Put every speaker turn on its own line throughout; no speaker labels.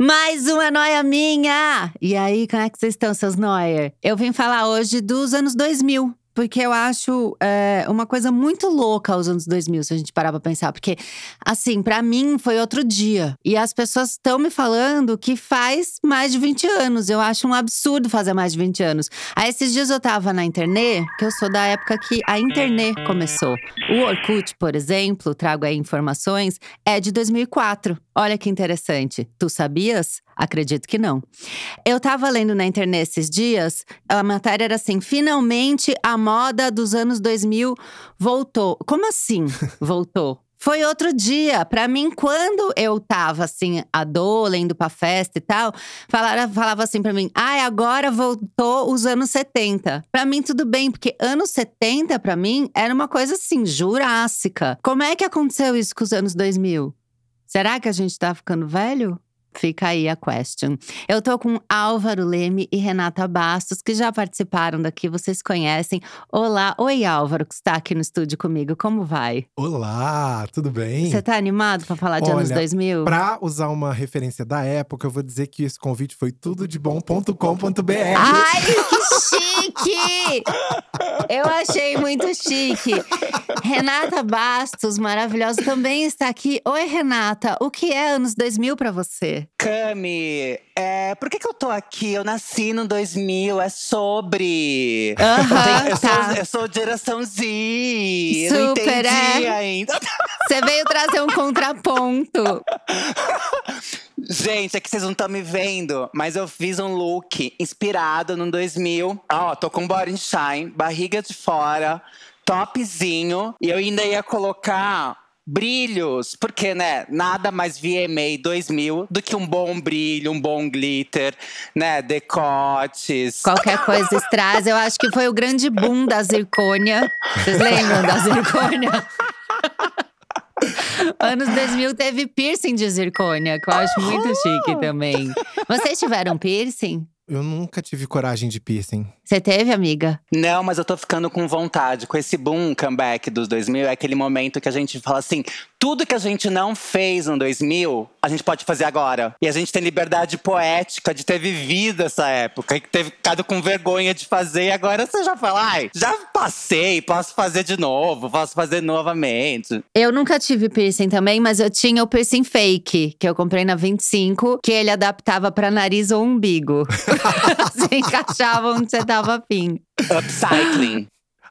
Mais uma noia minha! E aí, como é que vocês estão, seus noias?
Eu vim falar hoje dos anos 2000, porque eu acho é, uma coisa muito louca os anos 2000, se a gente parar pra pensar. Porque, assim, pra mim foi outro dia. E as pessoas estão me falando que faz mais de 20 anos. Eu acho um absurdo fazer mais de 20 anos. Aí, esses dias eu tava na internet, que eu sou da época que a internet começou. O Orkut, por exemplo, trago aí informações, é de 2004. Olha que interessante. Tu sabias? Acredito que não. Eu tava lendo na internet esses dias, a matéria era assim: finalmente a moda dos anos 2000 voltou. Como assim voltou? Foi outro dia. Pra mim, quando eu tava assim, adolescente, indo pra festa e tal, falara, falava assim pra mim: ai, agora voltou os anos 70. Pra mim, tudo bem, porque anos 70 pra mim era uma coisa assim, jurássica. Como é que aconteceu isso com os anos 2000? Será que a gente tá ficando velho? Fica aí a question. Eu tô com Álvaro Leme e Renata Bastos, que já participaram daqui, vocês conhecem. Olá, oi Álvaro, que está aqui no estúdio comigo, como vai?
Olá, tudo bem?
Você tá animado pra falar de anos
Olha,
2000?
Pra usar uma referência da época, eu vou dizer que esse convite foi tudodebom.com.br.
Ai, que chique! Eu achei muito chique. Renata Bastos, maravilhosa, também está aqui. Oi, Renata, o que é anos 2000 pra você?
Cami, é, por que, que eu tô aqui? Eu nasci no 2000, é sobre.
Aham,
eu,
tá.
sou, eu sou geração Z. eu não
Super,
entendi
é.
ainda.
Você veio trazer um contraponto.
Gente, é que vocês não estão me vendo, mas eu fiz um look inspirado no 2000. Ó, tô com body shine, barriga de fora, topzinho. E eu ainda ia colocar brilhos, porque, né, nada mais VMA 2000 do que um bom brilho, um bom glitter, né, decotes.
Qualquer coisa traz. Eu acho que foi o grande boom da zircônia. Vocês lembram da zircônia? Anos 2000 teve piercing de zircônia, que eu acho muito chique também. Vocês tiveram piercing?
Eu nunca tive coragem de piercing.
Você teve, amiga?
Não, mas eu tô ficando com vontade. Com esse boom comeback dos 2000, é aquele momento que a gente fala assim: tudo que a gente não fez no 2000, a gente pode fazer agora. E a gente tem liberdade poética de ter vivido essa época, e que ter ficado com vergonha de fazer. E agora você já fala: ai, já passei, posso fazer de novo, posso fazer novamente.
Eu nunca tive piercing também, mas eu tinha o piercing fake, que eu comprei na 25, que ele adaptava pra nariz ou umbigo. você encaixava onde você tava afim.
Upcycling.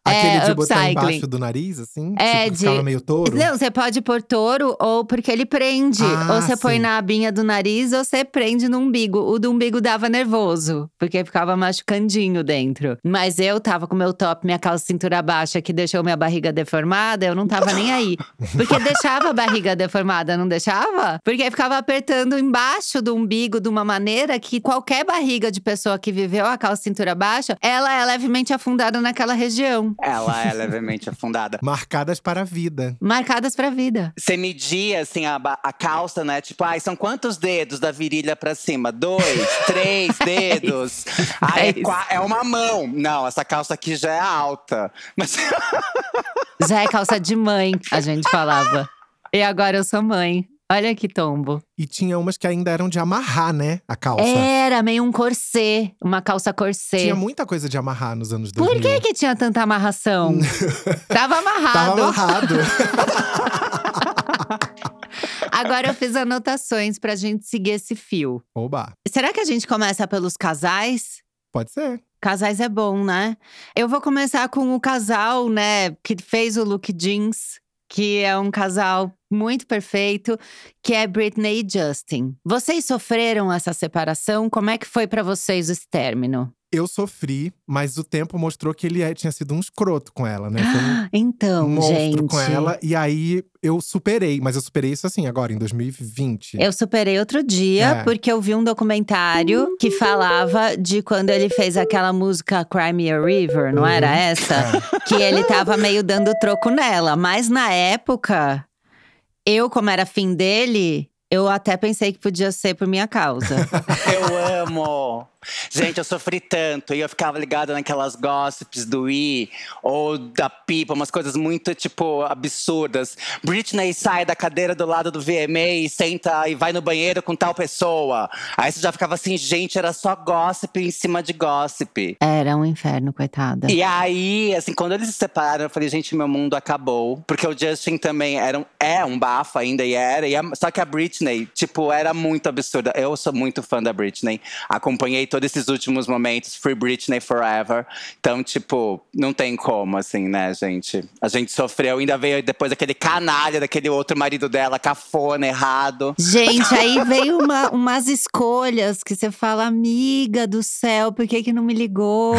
Aquele de botar
É, upcycling.
embaixo do nariz, assim?
É,
tipo,
de-
ficava meio touro.
Não, você pode pôr touro ou porque ele prende.
Ah,
ou você põe
sim.
na abinha do nariz ou você prende no umbigo. O do umbigo dava nervoso, porque ficava machucandinho dentro. Mas eu tava com meu top, minha calça cintura baixa, que deixou minha barriga deformada, eu não tava nem aí. Porque deixava a barriga deformada, não deixava? Porque ficava apertando embaixo do umbigo de uma maneira que qualquer barriga de pessoa que viveu a calça cintura baixa, ela é levemente afundada naquela região.
Ela é levemente afundada.
Marcadas para a vida.
Marcadas pra vida.
Você media, assim, a, ba- a calça, né? Tipo, ai, são quantos dedos da virilha pra cima? Dois, três dedos. Ai,
É
é,
isso.
qua- é uma mão. Não, essa calça aqui já é alta. Mas
Já é calça de mãe, a gente falava. E agora eu sou mãe. Olha que tombo.
E tinha umas que ainda eram de amarrar, né? A calça.
Era meio um corset, uma calça corset.
Tinha muita coisa de amarrar nos anos
Por
2000.
que que tinha tanta amarração? Tava amarrado.
Tava amarrado.
Agora eu fiz anotações pra gente seguir esse fio.
Oba,
Será que a gente começa pelos casais?
pode ser.
Casais é bom, né? Eu vou começar com o casal, né, que fez o look jeans, que é um casal muito perfeito, que é Britney e Justin. Vocês sofreram essa separação? Como é que foi pra vocês esse término?
Eu sofri, mas o tempo mostrou que ele é- tinha sido um escroto com ela, né? Foi um
Então,
monstro
gente.
com ela. E aí eu superei, mas eu superei isso assim, agora, em 2020.
Eu superei outro dia,
É.
porque eu vi um documentário que falava de quando ele fez aquela música Cry Me a River, não era essa?
É.
que ele tava meio dando troco nela. Mas na época, eu, como era fim dele, eu até pensei que podia ser por minha causa.
Eu amo! Gente, eu sofri tanto. E eu ficava ligada naquelas gossips do I ou da Pipa, umas coisas muito, tipo, absurdas. Britney sai da cadeira do lado do VMA e senta e vai no banheiro com tal pessoa. Aí você já ficava assim, gente, era só gossip em cima de gossip.
era um inferno, coitada.
E aí, assim, quando eles se separaram, eu falei, gente, meu mundo acabou. Porque o Justin também era um, é um bafo ainda, e era. E a- só que a Britney, tipo, era muito absurda. Eu sou muito fã da Britney. Acompanhei todos esses últimos momentos, Free Britney Forever. Então, tipo, não tem como, assim, né, gente? A gente sofreu, ainda veio depois aquele canalha daquele outro marido dela, cafona, errado.
Gente, aí veio uma- umas escolhas que você fala, amiga do céu, por que, que não me ligou?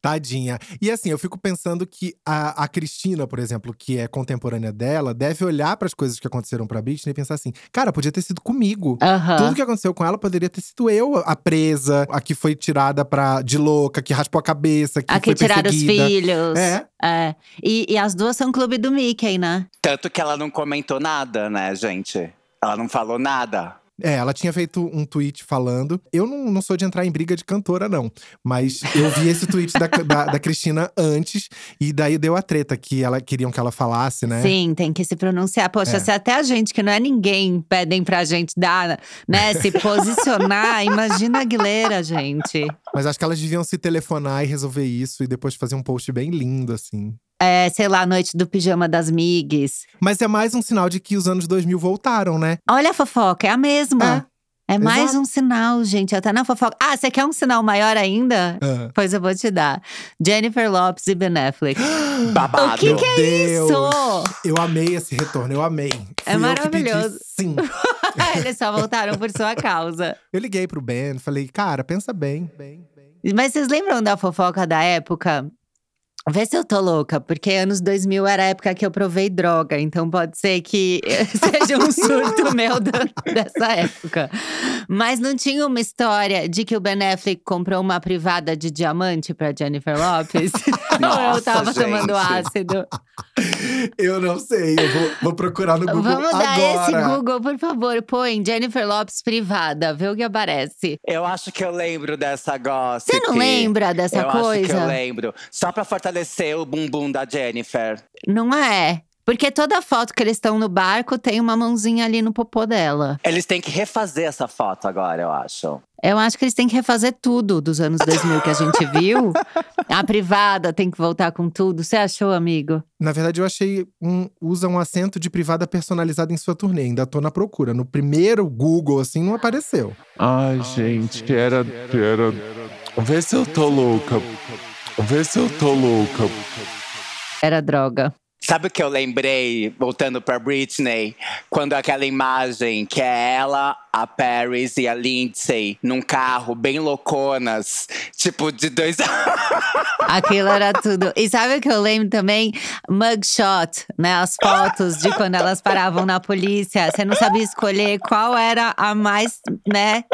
Tadinha. E assim, eu fico pensando que a, a Cristina, por exemplo, que é contemporânea dela, deve olhar para as coisas que aconteceram pra Britney e pensar assim: cara, podia ter sido comigo.
Aham.
Tudo que aconteceu com ela poderia ter sido eu, a presa, a que foi tirada pra, de louca, que raspou a cabeça, que
A que
foi
tiraram os
perseguida.
filhos.
É.
É. E, e as duas são clube do Mickey, né?
Tanto que ela não comentou nada, né, gente? Ela não falou nada.
É, ela tinha feito um tweet falando. Eu não, não sou de entrar em briga de cantora, não. Mas eu vi esse tweet da, da, da Cristina antes, e daí deu a treta que ela queriam que ela falasse, né?
Sim, tem que se pronunciar. Poxa,
É.
se até a gente, que não é ninguém, pedem pra gente dar, né, se posicionar, imagina a Aguilera, gente.
Mas acho que elas deviam se telefonar e resolver isso e depois fazer um post bem lindo, assim.
É, sei lá, a noite do pijama das migs.
Mas é mais um sinal de que os anos 2000 voltaram, né?
Olha a fofoca, é a mesma. É, mais
exato.
um sinal, gente. Até na fofoca. Ah, você quer um sinal maior ainda?
Ah.
Pois eu vou te dar. Jennifer Lopes e Ben Affleck.
Babado.
O que que é
Deus!
Isso!
Eu amei esse retorno, eu amei.
É
Fui eu que
maravilhoso.
pedi, sim.
Eles só voltaram por sua causa.
Eu liguei pro Ben, falei, cara, pensa bem. bem, bem.
Mas vocês lembram da fofoca da época? Vê se eu tô louca, porque anos 2000 era a época que eu provei droga, então pode ser que seja um surto meu da- dessa época. Mas não tinha uma história de que o Ben Affleck comprou uma privada de diamante pra Jennifer Lopes? Ou eu
Nossa,
tava tomando
gente.
ácido?
Eu não sei, eu vou, vou procurar no Google
Vamos
agora.
dar esse Google, por favor, põe Jennifer Lopes privada, vê o que aparece.
Eu acho que eu lembro dessa gossip.
Você não lembra dessa
eu
coisa?
acho que eu lembro. Só pra fortalecer o bumbum da Jennifer.
Não é. Porque toda foto que eles estão no barco tem uma mãozinha ali no popô dela.
Eles têm que refazer essa foto agora, eu acho.
Eu acho que eles têm que refazer tudo dos anos 2000 que a gente viu. A privada tem que voltar com tudo. Você achou, amigo?
Na verdade, eu achei um. Usa um assento de privada personalizado em sua turnê. Ainda tô na procura. No primeiro Google, assim, não apareceu.
Ai, gente, era, era. Vê se eu tô louca. Vê se eu tô louca.
Era droga.
Sabe o que eu lembrei, voltando pra Britney? Quando aquela imagem que é ela, a Paris e a Lindsay num carro bem louconas, tipo de dois.
Aquilo era tudo. E sabe o que eu lembro também? Mugshot, né? As fotos de quando elas paravam na polícia. Você não sabia escolher qual era a mais, né?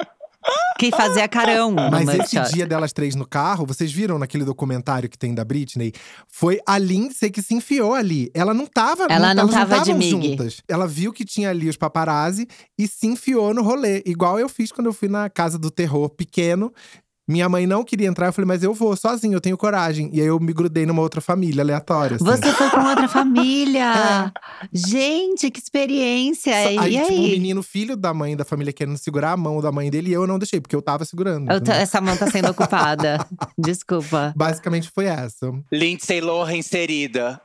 Que fazia carão no
Mas esse
mugshot.
dia delas três no carro, vocês viram naquele documentário que tem da Britney? Foi a Lindsay que se enfiou ali. Ela não tava.
Ela não
elas
tava de
tavam
migue.
juntas. Ela viu que tinha ali os paparazzi e se enfiou no rolê. Igual eu fiz quando eu fui na casa do terror pequeno. Minha mãe não queria entrar, eu falei, mas eu vou sozinho, eu tenho coragem. E aí eu me grudei numa outra família aleatória. assim. É.
Você foi com outra família. Gente, que experiência.
Só-
É, e
aí, tipo, o
aí?
menino filho da mãe da família querendo segurar a mão da mãe dele e eu não deixei, porque eu tava segurando.
Eu tô-
entendeu?
essa mão tá sendo ocupada. Desculpa.
Basicamente foi essa.
Lindsay Lohan inserida.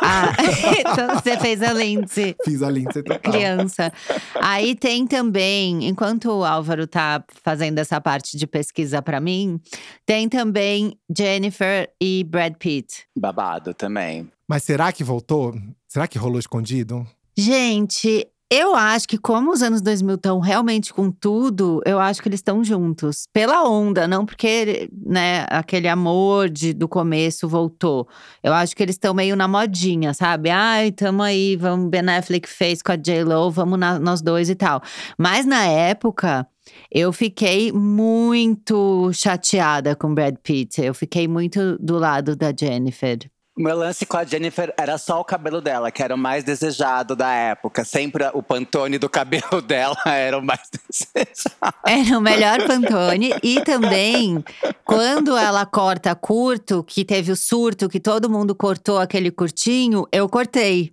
Ah, então você fez a Lindsay.
Fiz a Lindsay total.
Criança. Aí tem também, enquanto o Álvaro tá fazendo essa parte de pesquisa pra mim, tem também Jennifer e Brad Pitt.
Babado também.
Mas será que voltou? Será que rolou escondido?
Gente, Eu acho que como os anos 2000 estão realmente com tudo, eu acho que eles estão juntos. Pela onda, não porque né, aquele amor de, do começo voltou. Eu acho que eles estão meio na modinha, sabe? Ai, tamo aí, vamos Ben Affleck fez com a J-Lo, vamos na- nós dois e tal. Mas na época… Eu fiquei muito chateada com Brad Pitt. Eu fiquei muito do lado da Jennifer.
Meu lance com a Jennifer era só o cabelo dela, que era o mais desejado da época. Sempre o pantone do cabelo dela era o mais desejado.
Era o melhor Pantone. E também, quando ela corta curto, que teve o surto, que todo mundo cortou aquele curtinho, eu cortei.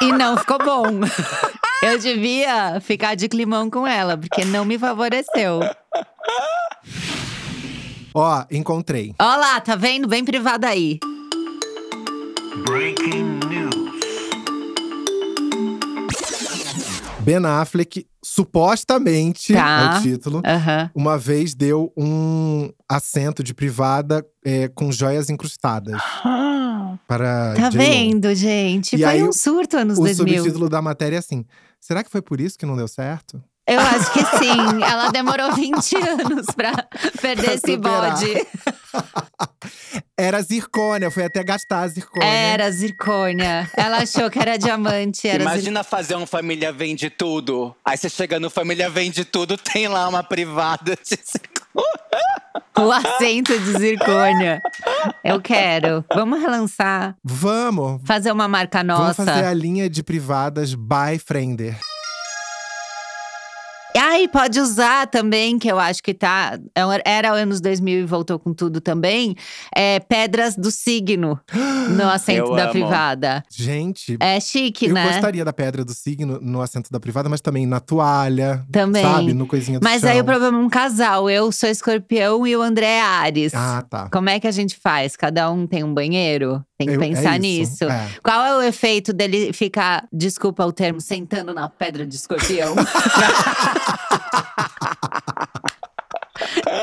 E não ficou bom. Eu devia ficar de climão com ela, porque não me favoreceu.
Ó, encontrei.
Ó lá, tá vendo? Bem privado aí.
Ben Affleck, supostamente,
Tá.
é o título.
Aham.
Uma vez deu um assento de privada é, com joias incrustadas para
Tá
J.Lo.
vendo, gente?
E
Foi
aí,
um surto anos
O
2000.
subtítulo da matéria é assim: será que foi por isso que não deu certo?
Eu acho que sim. Ela demorou 20 anos pra perder esse
superar.
bode.
Era zircônia, foi até gastar a zircônia.
Era zircônia. Ela achou que era diamante. Era zir-
Imagina fazer um Família Vende Tudo. Aí você chega no Família Vende Tudo, tem lá uma privada de
o acento de zircônia. Eu quero. Vamos relançar,
Vamos!
fazer uma marca
Vamos
nossa.
fazer a linha de privadas by Frender.
Ah, e pode usar também, que eu acho que tá. Era anos 2000 e voltou com tudo também. É, pedras do signo no acento
Eu
da
amo.
privada.
Gente,
É chique,
eu
né?
gostaria da pedra do signo no assento da privada, mas também na toalha.
Também.
Sabe? No coisinha do
Mas
chão.
aí o problema é um casal. Eu sou escorpião e o André é Ares.
Ah, tá.
Como é que a gente faz? Cada um tem um banheiro? Tem que
Eu- é
pensar
isso,
nisso.
é.
Qual é o efeito dele ficar, desculpa o termo, sentando na pedra de escorpião?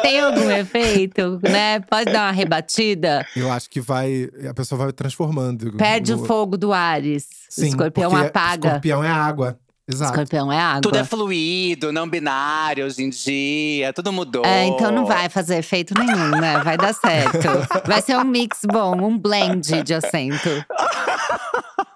Tem algum efeito, né? Pode dar uma rebatida?
Eu acho que vai. A pessoa vai transformando.
Perde
No-
o fogo do Ares.
Sim,
escorpião
porque
apaga.
Escorpião é água. Exato.
Escorpião é água.
Tudo é fluido, não binário hoje em dia, tudo mudou.
É, então não vai fazer efeito nenhum, né? Vai dar certo. Vai ser um mix bom, um blend de acento.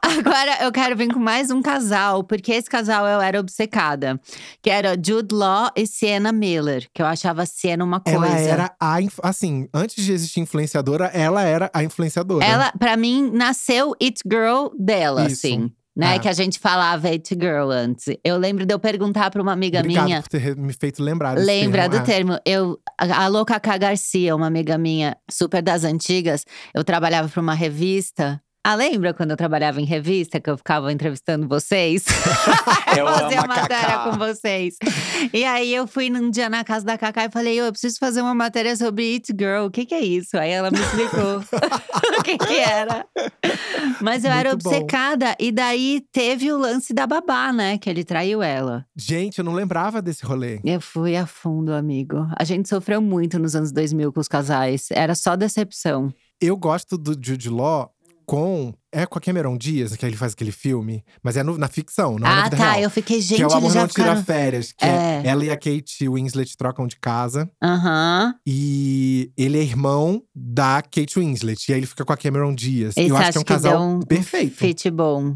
Agora eu quero vir com mais um casal, porque esse casal eu era obcecada. Que era Jude Law e Sienna Miller, que eu achava a Sienna uma é coisa.
Ela era a. inf- Assim, antes de existir influenciadora, ela era a influenciadora.
Ela, pra mim, nasceu It Girl dela,
Isso.
assim. Né,
É.
Que a gente falava It Girl antes. Eu lembro de eu perguntar pra uma é amiga
Obrigado
minha.
por ter me feito lembrar desse
Lembra
termo,
é.
É.
do termo? Eu, a a Lô Cacá Garcia, uma amiga minha, super das antigas, eu trabalhava para uma revista. Ah, lembra quando eu trabalhava em revista, que eu ficava entrevistando vocês?
Eu
fazia
amo a
matéria
Cacá.
com vocês. E aí eu fui num dia na casa da Cacá e falei, "Ô, eu preciso fazer uma matéria sobre It Girl, o que, que é isso? Aí ela me explicou o que, que era. Mas eu era
Muito bom.
obcecada, e daí teve o lance da babá, né? Que ele traiu ela.
Gente, eu não lembrava desse rolê.
Eu fui a fundo, amigo. A gente sofreu muito nos anos 2000 com os casais. Era só decepção.
Eu gosto do Jude Law com. É com a Cameron Diaz, que ele faz aquele filme. Mas é no- na ficção, não é na
ah,
vida
tá.
real.
Eu fiquei, gente,
que é o
eles
Amor
já
Não
ficaram…
Tira Férias. Que é- ela e a Kate Winslet trocam de casa.
Aham.
E ele é irmão da Kate Winslet. E aí ele fica com a Cameron Diaz.
Esse
eu acho que
acho
é um
que
casal
deu um-
perfeito.
Fit bom.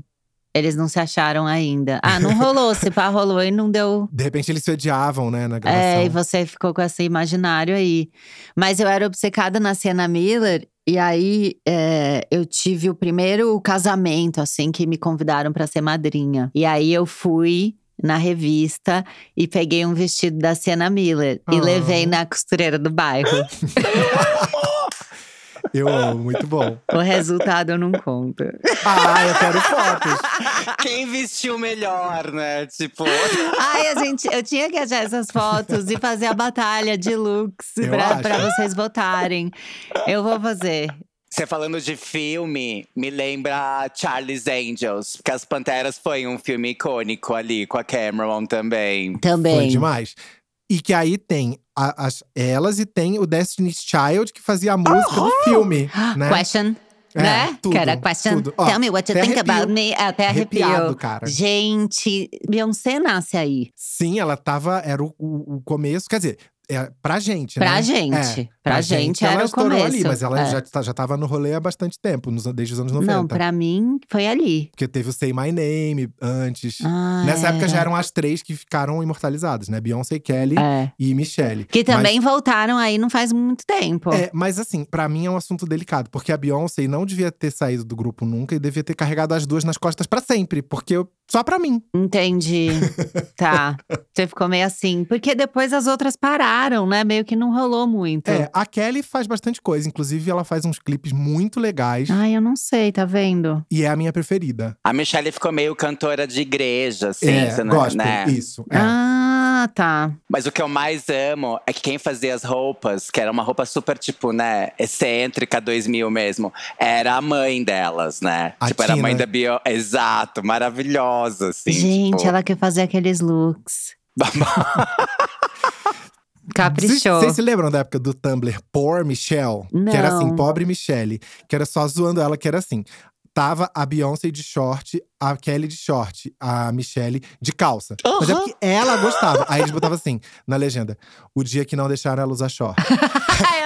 Eles não se acharam ainda. Ah, não rolou. se pá, rolou e não deu…
De repente eles se odiavam, né, na gravação.
É, e você ficou com esse imaginário aí. Mas eu era obcecada na Sienna Miller. E aí, é, eu tive o primeiro casamento, assim, que me convidaram pra ser madrinha. E aí, eu fui na revista e peguei um vestido da Sienna Miller. E
Ah.
levei na costureira do bairro.
Eu amo, muito bom.
o resultado eu não conto.
Ah, eu quero fotos.
Quem vestiu melhor, né? Tipo,
Ai, a gente, eu tinha que achar essas fotos e fazer a batalha de looks
Eu
pra,
acho.
pra vocês votarem. Eu vou fazer.
você falando de filme, me lembra Charlie's Angels, porque As Panteras foi um filme icônico ali com a Cameron também.
Também.
Foi demais. E que aí tem
Ah, oh!
a- as, elas e tem o Destiny's Child, que fazia a música do filme, né?
Question.
É,
né?
tudo,
que era question.
tudo. Ó,
Tell me what you
até
think
arrepio.
about me. Ah, Até arrepio.
Arrepiado, cara. Né?
Gente, Beyoncé nasce aí.
Sim, ela tava. Era o, o, o começo. Quer dizer, é, pra gente, né?
Pra gente.
É,
pra, gente, era
ela
o
estourou
começo.
ali, mas ela
É.
já, tá- já tava no rolê há bastante tempo, nos, desde os anos 90.
Não, pra mim foi ali.
Porque teve o Say My Name antes.
Ah,
Nessa época já
era.
eram as três que ficaram imortalizadas, né? Beyoncé, Kelly
É.
e Michelle.
Que
Mas-
também voltaram aí não faz muito tempo.
É, mas assim, pra mim é um assunto delicado, porque a Beyoncé não devia ter saído do grupo nunca e devia ter carregado as duas nas costas pra sempre, porque eu- só pra mim.
Entendi. tá. Você ficou meio assim. Porque depois as outras pararam, né? Meio que não rolou muito.
É, a Kelly faz bastante coisa, inclusive ela faz uns clipes muito legais
Ai, eu não sei, tá vendo?
e é a minha preferida.
A Michelle ficou meio cantora de igreja, assim,
é,
você não-
gospel,
né?
isso. é.
Ah, tá.
Mas o que eu mais amo é que quem fazia as roupas, que era uma roupa super, tipo, né, excêntrica 2000 mesmo, era a mãe delas, né?
A
tipo, era a mãe
Tina.
da Bio. Exato, maravilhosa, assim.
Gente,
tipo.
ela quer fazer aqueles looks. tá, Caprichou.
Vocês se lembram da época do Tumblr Poor Michelle? Que era assim,
Não.
pobre Michelle. Que era só zoando ela, que era assim. Tava a Beyoncé de short, a Kelly de short, a Michelle de calça. Mas é
Aham.
porque ela gostava. Aí eles botavam assim, na legenda: o dia que não deixaram ela usar short.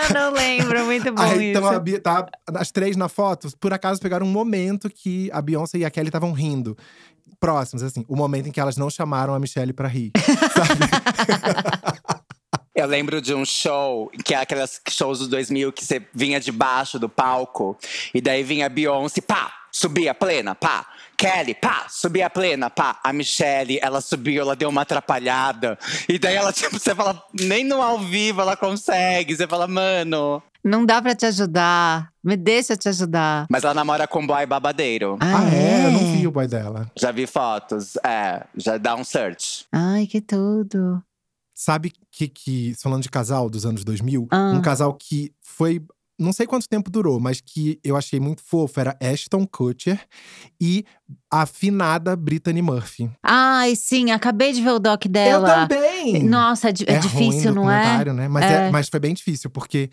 eu não lembro, muito bom
Aí
isso.
então, a Bi- tá, as três na foto, por acaso pegaram um momento que a Beyoncé e a Kelly estavam rindo. Próximos, assim, o momento em que elas não chamaram a Michelle pra rir.
Eu lembro de um show, que é aquelas shows dos 2000 que você vinha debaixo do palco, e daí vinha a Beyoncé, pá, subia plena, pá. Kelly, pá, subia plena, pá. A Michelle, ela subiu, ela deu uma atrapalhada. E daí ela, tipo, você fala, nem no ao vivo ela consegue. Você fala, mano.
Não dá pra te ajudar. Me deixa te ajudar.
Mas ela namora com um boy babadeiro.
ah, é? Eu não vi o boy dela.
Já vi fotos, é, já dá um search.
Ai, que tudo.
Sabe que, que falando de casal dos anos 2000,
Ah.
um casal que foi não sei quanto tempo durou, mas que eu achei muito fofo era Ashton Kutcher e a finada Brittany Murphy.
Ai, sim, acabei de ver o doc dela.
também.
Nossa, é, di- é difícil,
ruim
não é?
documentário, Né? Mas, é-
É.
mas foi bem difícil, porque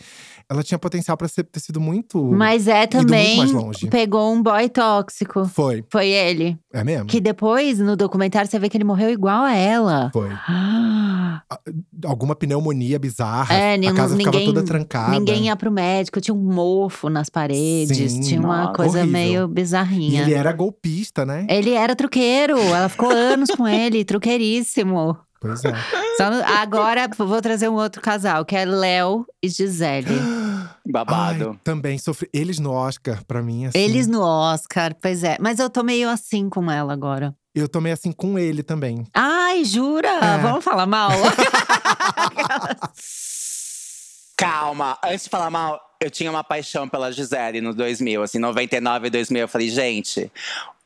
ela tinha potencial pra ser- ter sido muito.
Mas é
ido muito
também.
mais longe.
Pegou um boy tóxico.
Foi,
Foi ele.
é mesmo?
Que depois, no documentário, você vê que ele morreu igual a ela.
Foi.
Ah,
Alguma pneumonia bizarra.
É,
a
nenhum-
casa ficava
ninguém-
toda trancada.
Ninguém ia pro médico, tinha um mofo nas paredes,
Sim,
tinha uma
nossa,
coisa
horrível.
meio
e
bizarrinha.
ele era golpista, né?
Ele era truqueiro, ela ficou anos com ele, truqueiríssimo.
Pois é.
Só no- Agora vou trazer um outro casal, que é Léo e Gisele.
Babado.
Ai, também sofri. Eles no Oscar, pra mim, assim.
Eles no Oscar, pois é. Mas eu tô meio assim com ela agora.
Eu tomei assim com ele também.
Ai, jura?
É.
Vamos falar mal?
Calma, antes de falar mal, eu tinha uma paixão pela Gisele no 2000, assim, 99 e 2000. Eu falei, gente,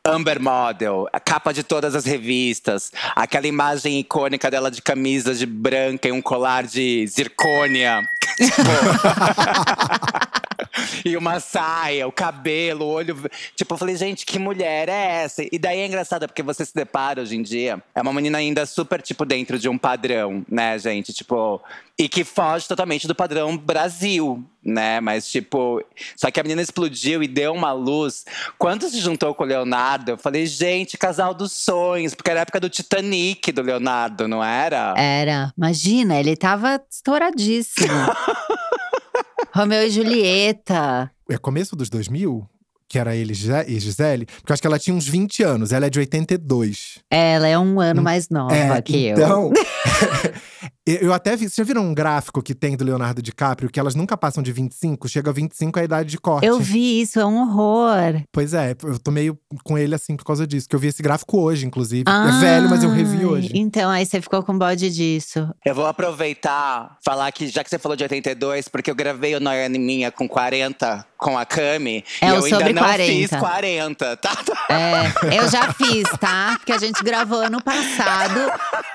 Amber Model, a capa de todas as revistas, aquela imagem icônica dela de camisa de branca e um colar de zircônia. Tipo, E uma saia, o cabelo, o olho. Tipo, eu falei, gente, que mulher é essa? E daí é engraçado, porque você se depara hoje em dia. É uma menina ainda super, tipo, dentro de um padrão, né, gente? Tipo. E que foge totalmente do padrão Brasil, né? Mas, tipo. Só que a menina explodiu e deu uma luz. Quando se juntou com o Leonardo, eu falei, gente, casal dos sonhos. Porque era a época do Titanic do Leonardo, não era?
Era, imagina, ele tava estouradíssimo. Romeu e Julieta.
É começo dos 2000, que era ele Gise- e Gisele. Porque eu acho que ela tinha uns 20 anos. Ela é de 82.
Ela é um ano mais nova que eu.
Hum. então, eu. eu até vi. Vocês já viram um gráfico que tem do Leonardo DiCaprio que elas nunca passam de 25, chega a 25 é a idade de corte.
Eu vi isso, é um horror.
Pois é, eu tô meio com ele assim por causa disso. Que eu vi esse gráfico hoje, inclusive.
Ah,
é velho, mas eu revi hoje.
Então, aí você ficou com bode disso.
Eu vou aproveitar, falar que já que você falou de 82, porque eu gravei o Noia em Minha com 40, com a Cami.
É,
e
o
eu ainda
sobre
não
40.
fiz 40, tá?
É, eu já fiz, tá? Porque a gente gravou ano passado,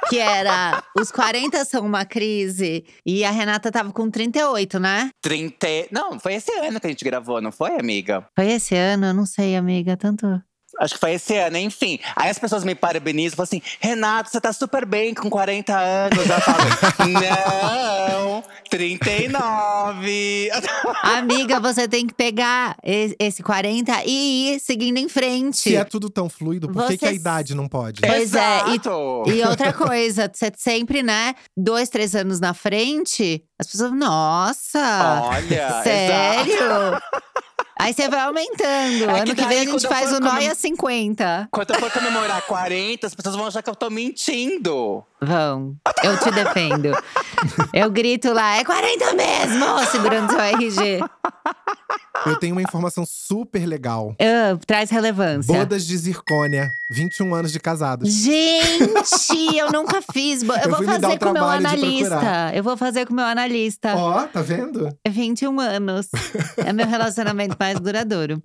que era Os 40 são uma crise. E a Renata tava com 38, né?
30. Não, foi esse ano que a gente gravou, não foi, amiga?
Foi esse ano? Eu não sei, amiga, tanto.
Acho que foi esse ano, enfim. Aí as pessoas me parabenizam e falam assim: Renato, você tá super bem com 40 anos. Eu falo: Não, 39.
Amiga, você tem que pegar e- esse 40 e ir seguindo em
Se
frente.
é tudo tão fluido, por que que a
Vocês-
idade não pode?
Pois é, e-
Exato.
E outra coisa, você sempre, né, dois, três anos na frente, as pessoas, nossa,
Olha, exato.
Ah, sério? Aí você vai aumentando.
É que
ano que vem
daí,
a gente
quando
faz
for
o
comem-
Noia 50.
Quando eu for comemorar 40, as pessoas vão achar que eu tô mentindo.
Vão, eu te defendo. Eu grito lá, é 40 mesmo, segurando seu RG.
Eu tenho uma informação super legal.
Ah, traz relevância.
Bodas de zircônia, 21 anos de casados.
Gente, eu nunca fiz. bo- Eu,
Eu
vou
fui me dar o
fazer com o meu
trabalho de
analista.
procurar.
Eu vou fazer com o meu analista.
Ó, tá vendo?
21 anos. É meu relacionamento mais duradouro.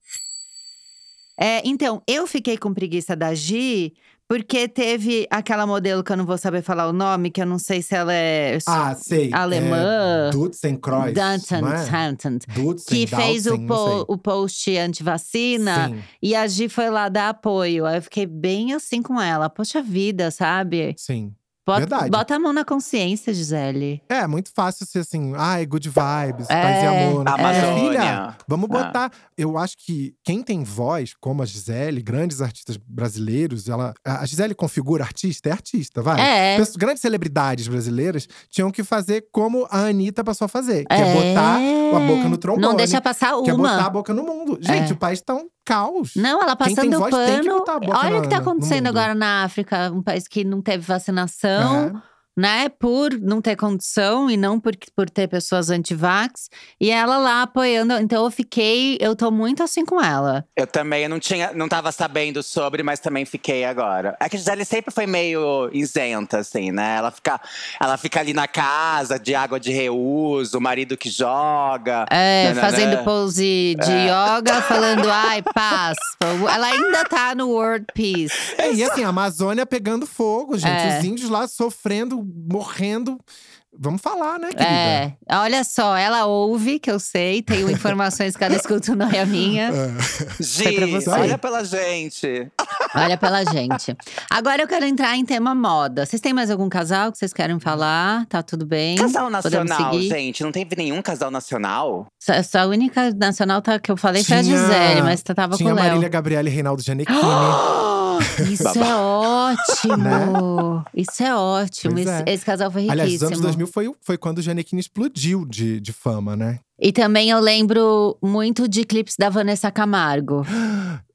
É, então, eu fiquei com preguiça da Gi, porque teve aquela modelo que eu não vou saber falar o nome, que eu não sei se ela é s-
Ah, sei.
alemã.
É, Dutzenkreuz,
Danton,
não é?
Danton,
Dutzen,
que fez o,
Dautzen,
po-
não sei.
o post antivacina.
Sim,
E a Gi foi lá dar apoio. Aí eu fiquei bem assim com ela. Poxa vida, sabe?
sim.
Bota,
Verdade.
bota a mão na consciência, Gisele.
É, muito fácil ser assim, ai, good vibes,
É,
paz e amor. não sei o quê.
Amazônia.
Filha, vamos botar. Eu acho que quem tem voz, como a Gisele, grandes artistas brasileiros, ela, a a Gisele configura artista, é artista, vai.
É.
Pesso- Grandes celebridades brasileiras tinham que fazer como a Anitta passou a fazer, que é, botar a boca no trombone.
Não deixa passar
Que é botar a
uma.
boca no mundo. Gente,
É.
o país tá um caos.
Não, ela
Quem tem
passando o
voz tem que
pano.
botar a boca
Olha o
na-
que tá
na- no
acontecendo
mundo.
agora na África, um país que não teve vacinação,
É.
né? Por não ter condição e não por, por ter pessoas anti-vax. E ela lá apoiando. Então eu fiquei, eu tô muito assim com ela.
Eu também não tinha, não tava sabendo sobre, mas também fiquei agora. É que a Gisele sempre foi meio isenta, assim, né? Ela fica, ela fica ali na casa, de água de reuso, o marido que joga.
É,
nananã.
fazendo pose de yoga, falando, ai, paz. Ela ainda tá no World Peace.
É, e assim, a Amazônia pegando fogo, gente.
É.
Os índios lá sofrendo, morrendo. Vamos falar, né, querida?
É, olha só, ela ouve, que eu sei, tenho informações que ela escuta, não é a minha.
Gi,
é pra você.
olha pela gente.
Olha pela gente. Agora eu quero entrar em tema moda. Vocês têm mais algum casal que vocês querem falar? Tá tudo bem?
Casal
Podemos
nacional,
seguir?
gente. Não teve nenum casal nacional?
Só, só a única nacional tá- que eu falei foi a
Tinha-
Gisele, mas tá- tava
Tinha
com o Léo. Ah,
Marília Gabriela e Reinaldo Gianecchini.
Isso é ótimo! Isso é ótimo.
Né? Pois
Esse,
é.
esse casal foi riquíssimo.
Aliás, os anos 2000 foi, foi quando o Gianecchini explodiu de, de fama, né?
E também eu lembro muito de clipes da Vanessa Camargo.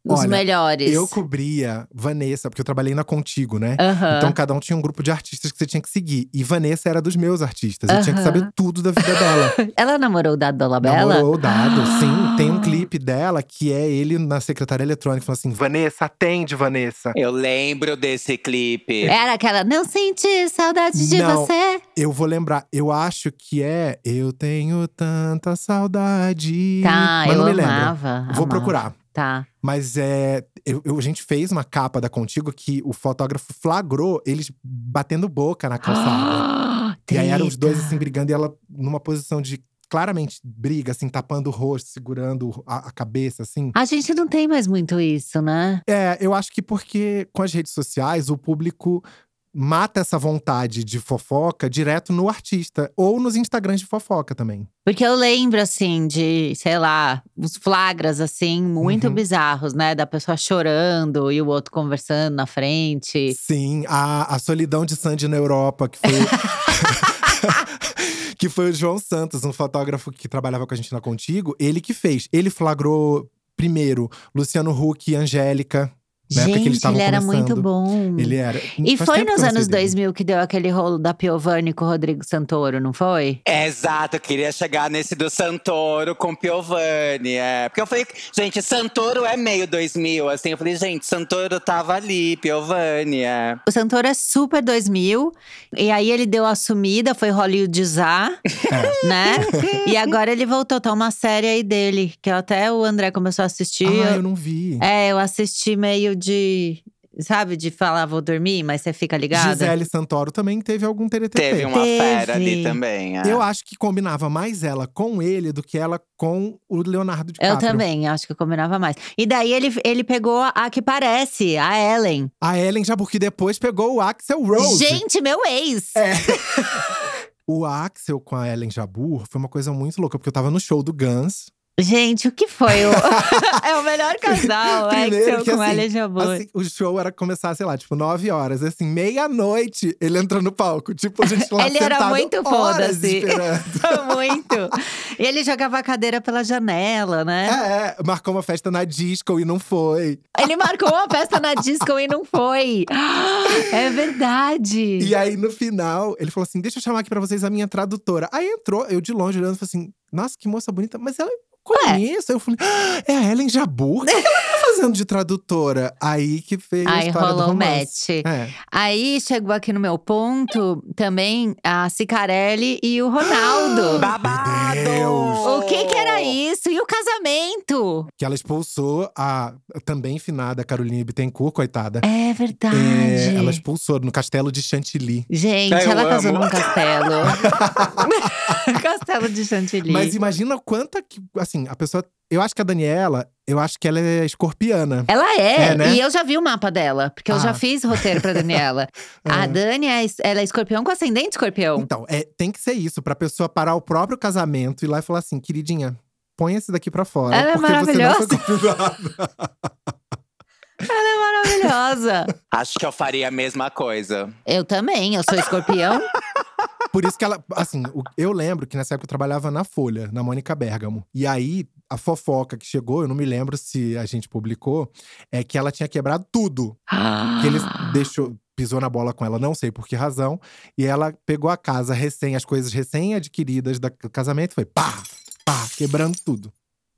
Os
Olha,
melhores.
Eu cobria Vanessa, porque eu trabalhei na Contigo, né?
Aham.
Então cada um tinha um grupo de artistas que você tinha que seguir. E Vanessa era dos meus artistas. Eu tinha que
Aham.
saber tudo da vida dela.
Ela namorou o Dado Dolabella?
Namorou o um dado, sim. Tem um clipe dela que é ele na secretária eletrônica falando assim: Vanessa, atende, Vanessa.
Eu lembro desse clipe.
Era aquela, não senti saudade de
Não.
você.
Eu vou lembrar, eu acho que é Eu Tenho Tanta Saudade.
Tá,
Mas
eu
não me lembro.
amava.
Vou
amava.
procurar.
Tá.
Mas é, eu- eu- a gente fez uma capa da Contigo que o fotógrafo flagrou eles batendo boca na calçada. Tá,
Ah,
e aí eram os dois assim brigando e ela numa posição de claramente briga, assim, tapando o rosto, segurando a, a cabeça, assim.
A gente não tem mais muito isso, né?
É, eu acho que porque com as redes sociais o público mata essa vontade de fofoca direto no artista ou nos Instagrams de fofoca também.
Porque eu lembro, assim, de, sei lá, os flagras, assim, muito
Uhum.
bizarros, né? Da pessoa chorando e o outro conversando na frente.
Sim, a, a solidão de Sandy na Europa, que foi. que foi o João Santos, um fotógrafo que trabalhava com a gente na Contigo, ele que fez. Ele flagrou primeiro Luciano Huck e Angélica. Na época que
Gente,
eles estavam
ele era muito
começando.
bom.
Ele era.
Hum. E
Faz
foi
tempo que eu
nos
não sei
anos
dele.
2000 que deu aquele rolo da Piovani com o Rodrigo Santoro, não foi?
É, Exato, eu queria chegar nesse do Santoro com Piovani, é. Porque eu falei, gente, Santoro é meio 2000, assim. Eu falei, gente, Santoro tava ali, Piovani, é.
O Santoro é super 2000. E aí ele deu a sumida, foi Hollywoodizar,
É.
né? E agora ele voltou, tá uma série aí dele, que até o André começou a assistir.
Ah,
eu-
eu não vi.
É, eu assisti meio de… sabe? De falar, vou dormir, mas você fica ligada.
Gisele Santoro também teve algum TRT.
Teve uma
Teve.
fera ali também. é.
Eu acho que combinava mais ela com ele do que ela com o Leonardo
Eu
DiCaprio.
também, acho que eu combinava mais. E daí ele, ele pegou a que parece, a Ellen.
A Ellen já porque depois pegou o Axel Rose. É.
Gente, meu ex!
O Axel com a Ellen Jabur foi uma coisa muito louca, porque eu tava no show do Guns.
Gente, o que foi? O... é o melhor casal,
Primeiro
Axel
que,
com
assim,
Ellen Jabur.
Assim, o show era começar, sei lá, tipo, 9 horas. Assim, meia-noite, ele entra no palco. Tipo, a gente lá
Ele era
sentado
muito
horas
foda-se.
esperando.
Muito. E ele jogava a cadeira pela janela, né?
É, é, marcou uma festa na disco e não foi.
Ele marcou uma festa na disco e não foi. É verdade.
E aí, no final, ele falou assim: deixa eu chamar aqui pra vocês a minha tradutora. Aí entrou, eu de longe olhando, falei assim: nossa, que moça bonita, mas ela. Conheço, eu falei, "Ah, é a Ellen Jabur? O que ela tá fazendo de tradutora? Aí que fez a
Aí
história do
rolou o
romance.
match.
É.
Aí chegou aqui no meu ponto também a Cicarelli e o
Ah!
Ronaldo.
Babado!
o que que era isso? E o casamento?
Que ela expulsou a também finada Carolina Bittencourt, coitada.
É verdade.
É, ela expulsou no castelo de Chantilly.
Gente,
É, eu
ela casou
amo.
num castelo. castelo de Chantilly.
Mas imagina quanta que. Assim, a pessoa. Eu acho que a Daniela, eu acho que ela é escorpiana.
Ela é,
É, né?
e eu já vi o mapa dela, porque eu já
Ah.
fiz roteiro pra Daniela. A Dani, é, es- ela é escorpião com ascendente escorpião.
Então, é, tem que ser isso, pra pessoa parar o próprio casamento e ir lá e falar assim, queridinha. Põe esse daqui pra fora.
Ela é
porque você não foi
maravilhosa.
convidada.
Maravilhosa.
Acho que eu faria a mesma coisa.
eu também, eu sou escorpião.
Por isso que ela. Assim, o- eu lembro que nessa época eu trabalhava na Folha, na Mônica Bergamo. E aí, a fofoca que chegou, eu não me lembro se a gente publicou, é que ela tinha quebrado tudo. que ele deixou, pisou na bola com ela, não sei por que razão. E ela pegou a casa recém, as coisas recém-adquiridas da- do casamento e foi pá, pá, quebrando tudo.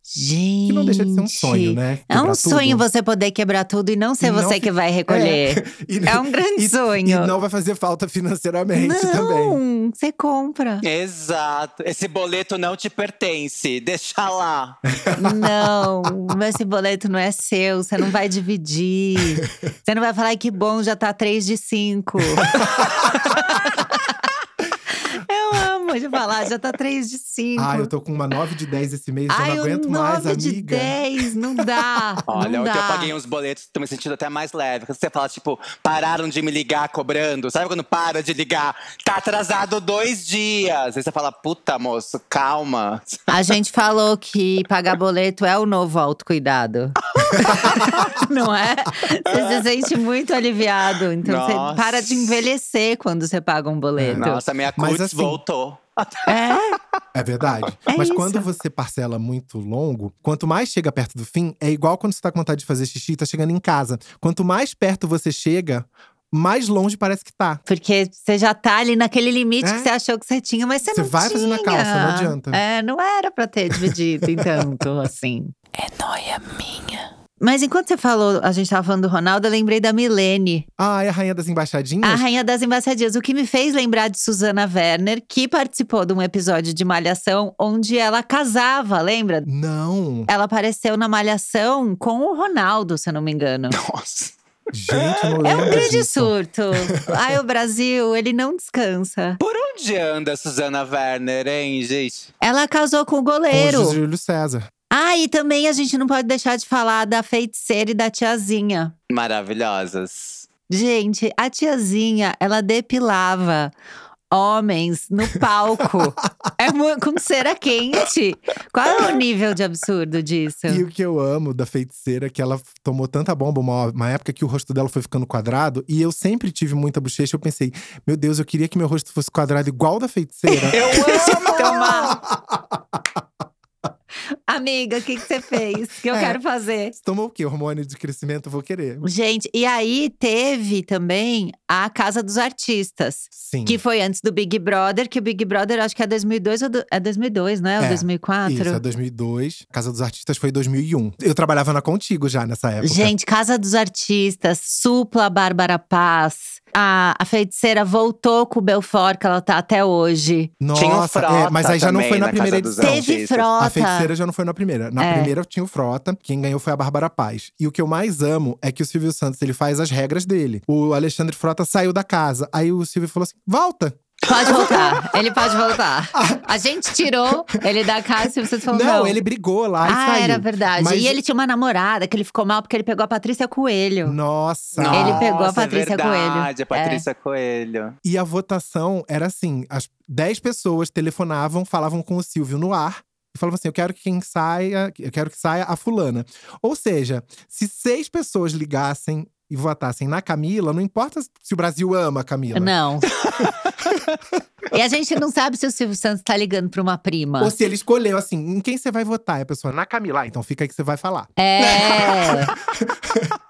Gente.
Que não deixa de ser um sonho, né?
É um
Quebrar tudo.
sonho você poder quebrar tudo e não ser
E não
você que
fica-
vai recolher.
E,
É, um grande
e-
sonho.
e não vai fazer falta financeiramente também.
Não, você compra.
Exato. Esse boleto não te pertence. Deixa lá.
Não, mas esse boleto não é seu, você não vai dividir. Você não vai falar "Ai, que bom, já tá 3 de 5. eu amo de falar, já tá 3 de 5.
Ah, eu tô com uma 9 de 10 esse mês,
Ai,
já não aguento
o 9
mais,
de
amiga.
10, não dá.
Olha,
não
ontem
dá.
eu paguei um uns boletos, tô me sentindo até mais leve. Quando Você fala, tipo, pararam de me ligar cobrando. Sabe quando para de ligar? Tá atrasado dois dias. Aí você fala, puta, moço, calma.
A gente falou que pagar boleto é o novo autocuidado. não é? Você se sente muito aliviado. Então
Nossa.
você para de envelhecer quando você paga um boleto.
Nossa, minha
Mas
cutis
assim-
voltou.
É.
É verdade.
É
Mas
isso.
quando você parcela muito longo, quanto mais chega perto do fim, é igual quando você tá com vontade de fazer xixi e tá chegando em casa. Quanto mais perto você chega, mais longe parece que tá.
Porque você já tá ali naquele limite
É.
que você achou que você tinha, mas você,
Você
não
vai
tinha.
fazer na calça, não adianta.
É, não era pra ter dividido, então, tô assim.
É noia minha.
Mas enquanto você falou, a gente tava falando do Ronaldo, eu lembrei da Milene,
Ah, é a rainha das embaixadinhas?
a rainha das embaixadinhas. O que me fez lembrar de Susana Werner, que participou de um episódio de Malhação onde ela casava, lembra?
Não.
Ela apareceu na Malhação com o Ronaldo, se eu não me engano.
Nossa.
Gente, eu não
É
lembro.
um grande
disso.
surto. Ai, o Brasil, ele não descansa.
Por onde anda a Suzana Werner, hein, gente?
Ela casou com o goleiro.
Com é o Júlio César.
Ah, e também a gente não pode deixar de falar da feiticeira e da tiazinha.
Maravilhosas.
Gente, a tiazinha, ela depilava homens no palco. é mu- com cera quente. Qual é o nível de absurdo disso?
E o que eu amo da feiticeira é que ela tomou tanta bomba uma, uma época que o rosto dela foi ficando quadrado. E eu sempre tive muita bochecha. Eu pensei, meu Deus, eu queria que meu rosto fosse quadrado igual o da feiticeira.
Eu amo!
é
Toma! Amiga, o que, que você fez? Que eu
É.
quero fazer.
Você Tomou o quê? Hormônio de crescimento? Eu vou querer.
Gente, e aí teve também a Casa dos Artistas.
Sim.
Que foi antes do Big Brother, que o Big Brother acho que é 2002 ou do- é 2002, né? Ou
É,
2004?
Isso, é 2002. Casa dos Artistas foi 2001. Eu trabalhava na Contigo já nessa época.
Gente, Casa dos Artistas, Supla, Bárbara Paz. A, a feiticeira voltou com o Belfort, que ela tá até hoje.
Tinha o
Nossa,
Frota
é, mas aí já não
também
foi na
na
primeira
Casa dos
edição.
Teve
artistas.
frota.
A feiticeira já não foi foi na primeira. Na
É.
primeira tinha o Frota, quem ganhou foi a Bárbara Paz. E o que eu mais amo é que o Silvio Santos, ele faz as regras dele. O Alexandre Frota saiu da casa. Aí o Silvio falou assim: volta!
Pode voltar. Ele pode voltar. A gente tirou ele da casa e vocês
Não,
falaram. Não,
ele brigou lá e
Ah,
saiu.
era verdade.
Mas-
E ele tinha uma namorada que ele ficou mal porque ele pegou a Patrícia Coelho.
Nossa!
Ele pegou a Patrícia
é
Coelho.
verdade, A Patrícia Coelho.
E a votação era assim: as 10 pessoas telefonavam, falavam com o Silvio no ar e falavam assim: eu quero que quem saia, eu quero que saia a fulana. Ou seja, se seis pessoas ligassem e votassem na Camila, não importa se o Brasil ama a Camila.
Não. e a gente não sabe se o Silvio Santos tá ligando pra uma prima.
Ou se ele escolheu assim, em quem você vai votar? E a pessoa, na Camila, Ah, então fica aí que você vai falar.
É.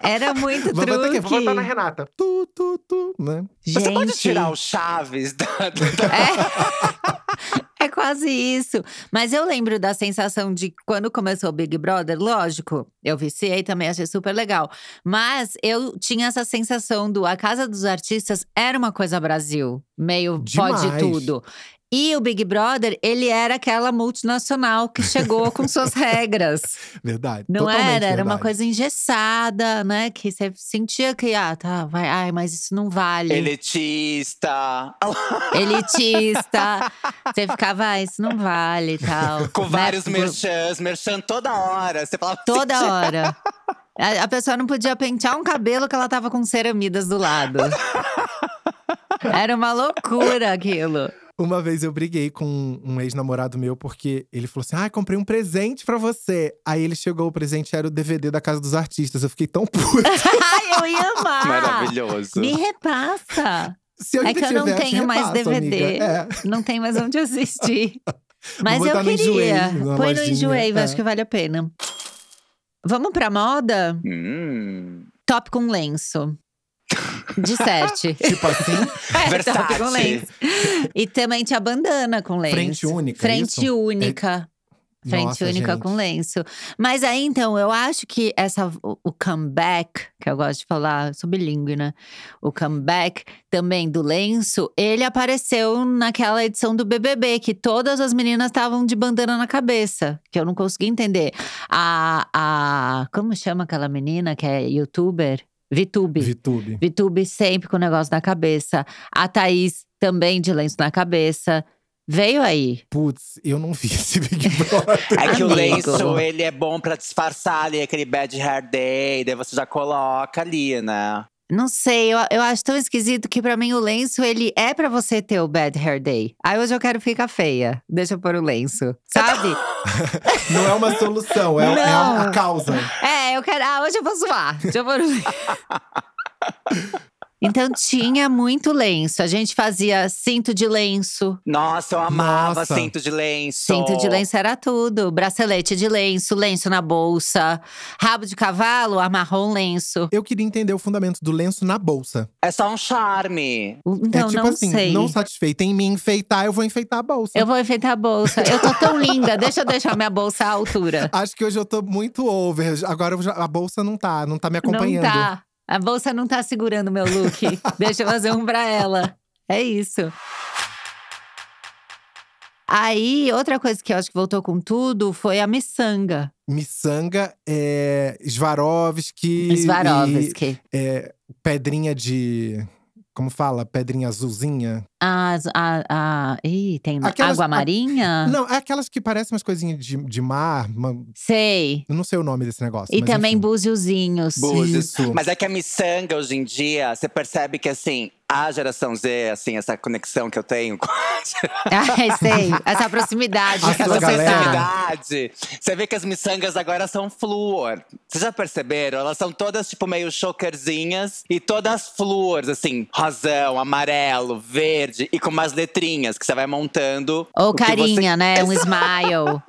Era muito
Vou votar
É truque.
quem? Vou votar na Renata. Tu, tu, tu, né?
Gente.
Você pode tirar o Chaves da. da-
É. É quase isso. Mas eu lembro da sensação de quando começou o Big Brother, lógico, eu viciei também, achei super legal. Mas eu tinha essa sensação do A Casa dos Artistas era uma coisa Brasil, meio
Demais.
pode tudo. E o Big Brother, ele era aquela multinacional que chegou com suas regras.
Verdade.
Não
totalmente
era, era uma
verdade.
coisa engessada, né? Que você sentia que, ah, tá, vai, ai, mas isso não vale.
Elitista.
Elitista. você ficava, ah, isso não vale e tal.
Com
Né?
vários
Tipo,
merchans, merchan toda hora. Você falava assim,
Toda hora. A, a pessoa não podia pentear um cabelo que ela tava com ceramidas do lado. Era uma loucura aquilo.
Uma vez eu briguei com um- um ex-namorado meu porque ele falou assim: Ah, comprei um presente pra você. Aí ele chegou, o presente era o DVD da Casa dos Artistas. Eu fiquei tão puta.
Ai, eu ia amar.
Maravilhoso.
Ah, Me repassa.
Se eu
É
ainda
que eu não
tivesse,
tenho mais
repasso,
DVD.
amiga. É.
Não tem mais onde assistir. Mas
Vou
eu
botar no
queria.
Enjoei, numa
Põe no
lojinha,
enjoei,
é.
acho que vale a pena. Vamos pra moda?
Hum.
Top com lenço. De sete.
Tipo assim,
É, top com
Versace.
lenço. E também tinha bandana com lenço.
frente única. é
Frente
isso?
única. Frente
Nossa,
única
gente.
com lenço. Mas aí, então, eu acho que essa, o, o comeback, que eu gosto de falar sobre língua, né? O comeback também do lenço, ele apareceu naquela edição do BBB, que todas as meninas estavam de bandana na cabeça, que eu não consegui entender. A, a. Como chama aquela menina que é youtuber? Vitube.
VTube.
Vitube sempre com o negócio na cabeça. A Thaís também de lenço na cabeça. Veio aí.
Putz, eu não vi esse Big Brother.
É que o
Amigo.
lenço, ele é bom pra disfarçar ali aquele bad hair day. Daí você já coloca ali, né?
Não sei, eu, eu acho tão esquisito que pra mim o lenço, ele é pra você ter o bad hair day. Aí hoje eu quero ficar feia, deixa eu pôr o lenço, sabe?
Não é uma solução, é, é a,
Não.
a causa.
é, eu quero, ah, hoje eu vou zoar, deixa eu pôr o lenço. Então tinha muito lenço, a gente fazia cinto de lenço,
Nossa, eu amava
Nossa.
cinto de lenço.
cinto de lenço era tudo, bracelete de lenço, lenço na bolsa, rabo de cavalo, amarrou um lenço.
Eu queria entender o fundamento do lenço na bolsa.
É só um charme.
Então,
é tipo
não
assim,
sei.
não satisfeita em me enfeitar, eu vou enfeitar a bolsa.
Eu vou enfeitar a bolsa. Eu tô tão linda, deixa eu deixar minha bolsa à altura.
Acho que hoje eu tô muito over. Agora eu já- a bolsa não tá, não tá me acompanhando.
Não tá. A bolsa não tá segurando meu look. Deixa eu fazer um pra ela. É isso. Aí, outra coisa que eu acho que voltou com tudo foi a miçanga.
Miçanga, é, Svarovski. e,
Swarovski.
é, pedrinha de. Como fala? Pedrinha azulzinha.
As, a, a, ih, tem
Aquelas-
água marinha?
Não, é aquelas que parecem umas coisinhas de, de mar. uma-
Sei.
eu não sei o nome desse negócio.
E
mas
também
enfim.
búziozinhos.
Búzios.
Isso.
Mas é que a miçanga, hoje em dia, você percebe que, assim, a geração Z, assim, essa conexão que eu tenho com
Ai, sei. Essa proximidade
A
que
sua
essa
você
galera.
tá.
proximidade. Você vê que as miçangas agora são flúor. Vocês já perceberam? Elas são todas, tipo, meio chokerzinhas. E todas flúores, assim, rosão, amarelo, verde. E com umas letrinhas que você vai montando.
Ou
o que você-
carinha, né? Um smile.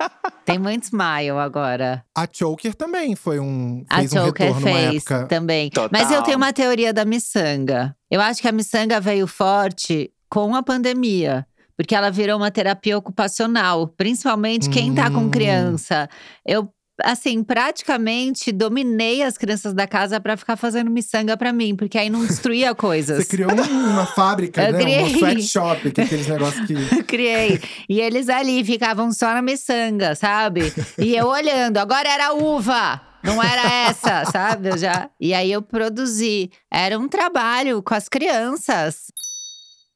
Tem muito smile agora.
A Choker também foi um.
A
Fez um
Choker
retorno uma
fez
época.
também.
Total.
Mas eu tenho uma teoria da miçanga. Eu acho que a miçanga veio forte com a pandemia. Porque ela virou uma terapia ocupacional, principalmente quem tá com
Hum.
criança. Eu assim, praticamente dominei as crianças da casa pra ficar fazendo miçanga pra mim, porque aí não destruía coisas.
Você criou um- uma fábrica,
Eu
né? Um
criei.
sweatshop, que é aqueles negócios que.
Eu criei. E eles ali ficavam só na miçanga, sabe? E eu olhando, agora era uva. Não era essa, sabe? Eu já. E aí eu produzi. Era um trabalho com as crianças.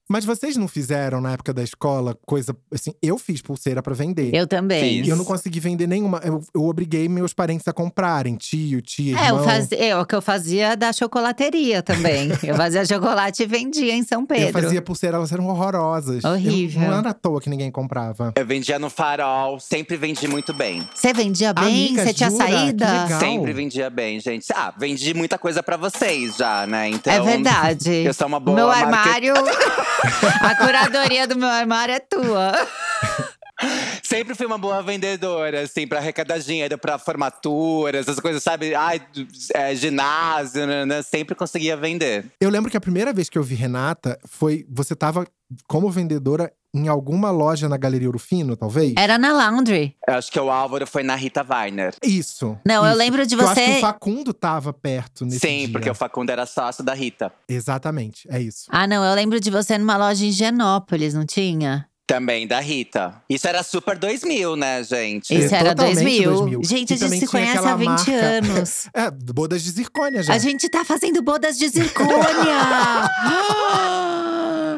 Mas vocês não fizeram na época da escola coisa assim? Eu fiz pulseira pra vender.
Eu também.
Fiz.
E eu não consegui vender nenhuma. Eu, eu obriguei meus parentes a comprarem. Tio, tia,
É,
irmão.
eu fazia, é, o que eu fazia da chocolateria também. eu fazia chocolate e vendia em São Pedro.
Eu fazia pulseira, elas eram horrorosas.
Horrível.
Eu, não era à toa que ninguém comprava.
Eu vendia no farol, sempre vendi muito bem.
Você vendia bem?
Amiga,
Você tinha
jura? Que
saída?
legal.
Sempre vendia bem, gente. Ah, vendi muita coisa pra vocês já, né? Então.
É verdade.
Eu sou uma boa
meu
marque-
armário. a curadoria do meu armário é tua.
Sempre fui uma boa vendedora, assim, pra arrecadar dinheiro pra formaturas, essas coisas, sabe? Ai, é, ginásio, né, né? Sempre conseguia vender.
Eu lembro que a primeira vez que eu vi Renata foi. Você tava como vendedora em alguma loja na Galeria Urufino, talvez?
Era na laundry.
Eu acho que o Álvaro foi na Rita Warner.
Isso.
Não, eu
isso.
lembro de
Eu acho que o
você.
Facundo tava perto nesse
Sim,
dia.
porque o Facundo era sócio da Rita.
Exatamente, é isso.
Ah, não, eu lembro de você numa loja em Genópolis, não tinha?
Também da Rita. Isso era super 2000, né, gente?
Isso era
totalmente
2000.
2000.
Gente,
E
a gente
também
se
tinha
conhece há
aquela
20
marca.
anos.
É, bodas de zircônia já.
A gente tá fazendo bodas de zircônia!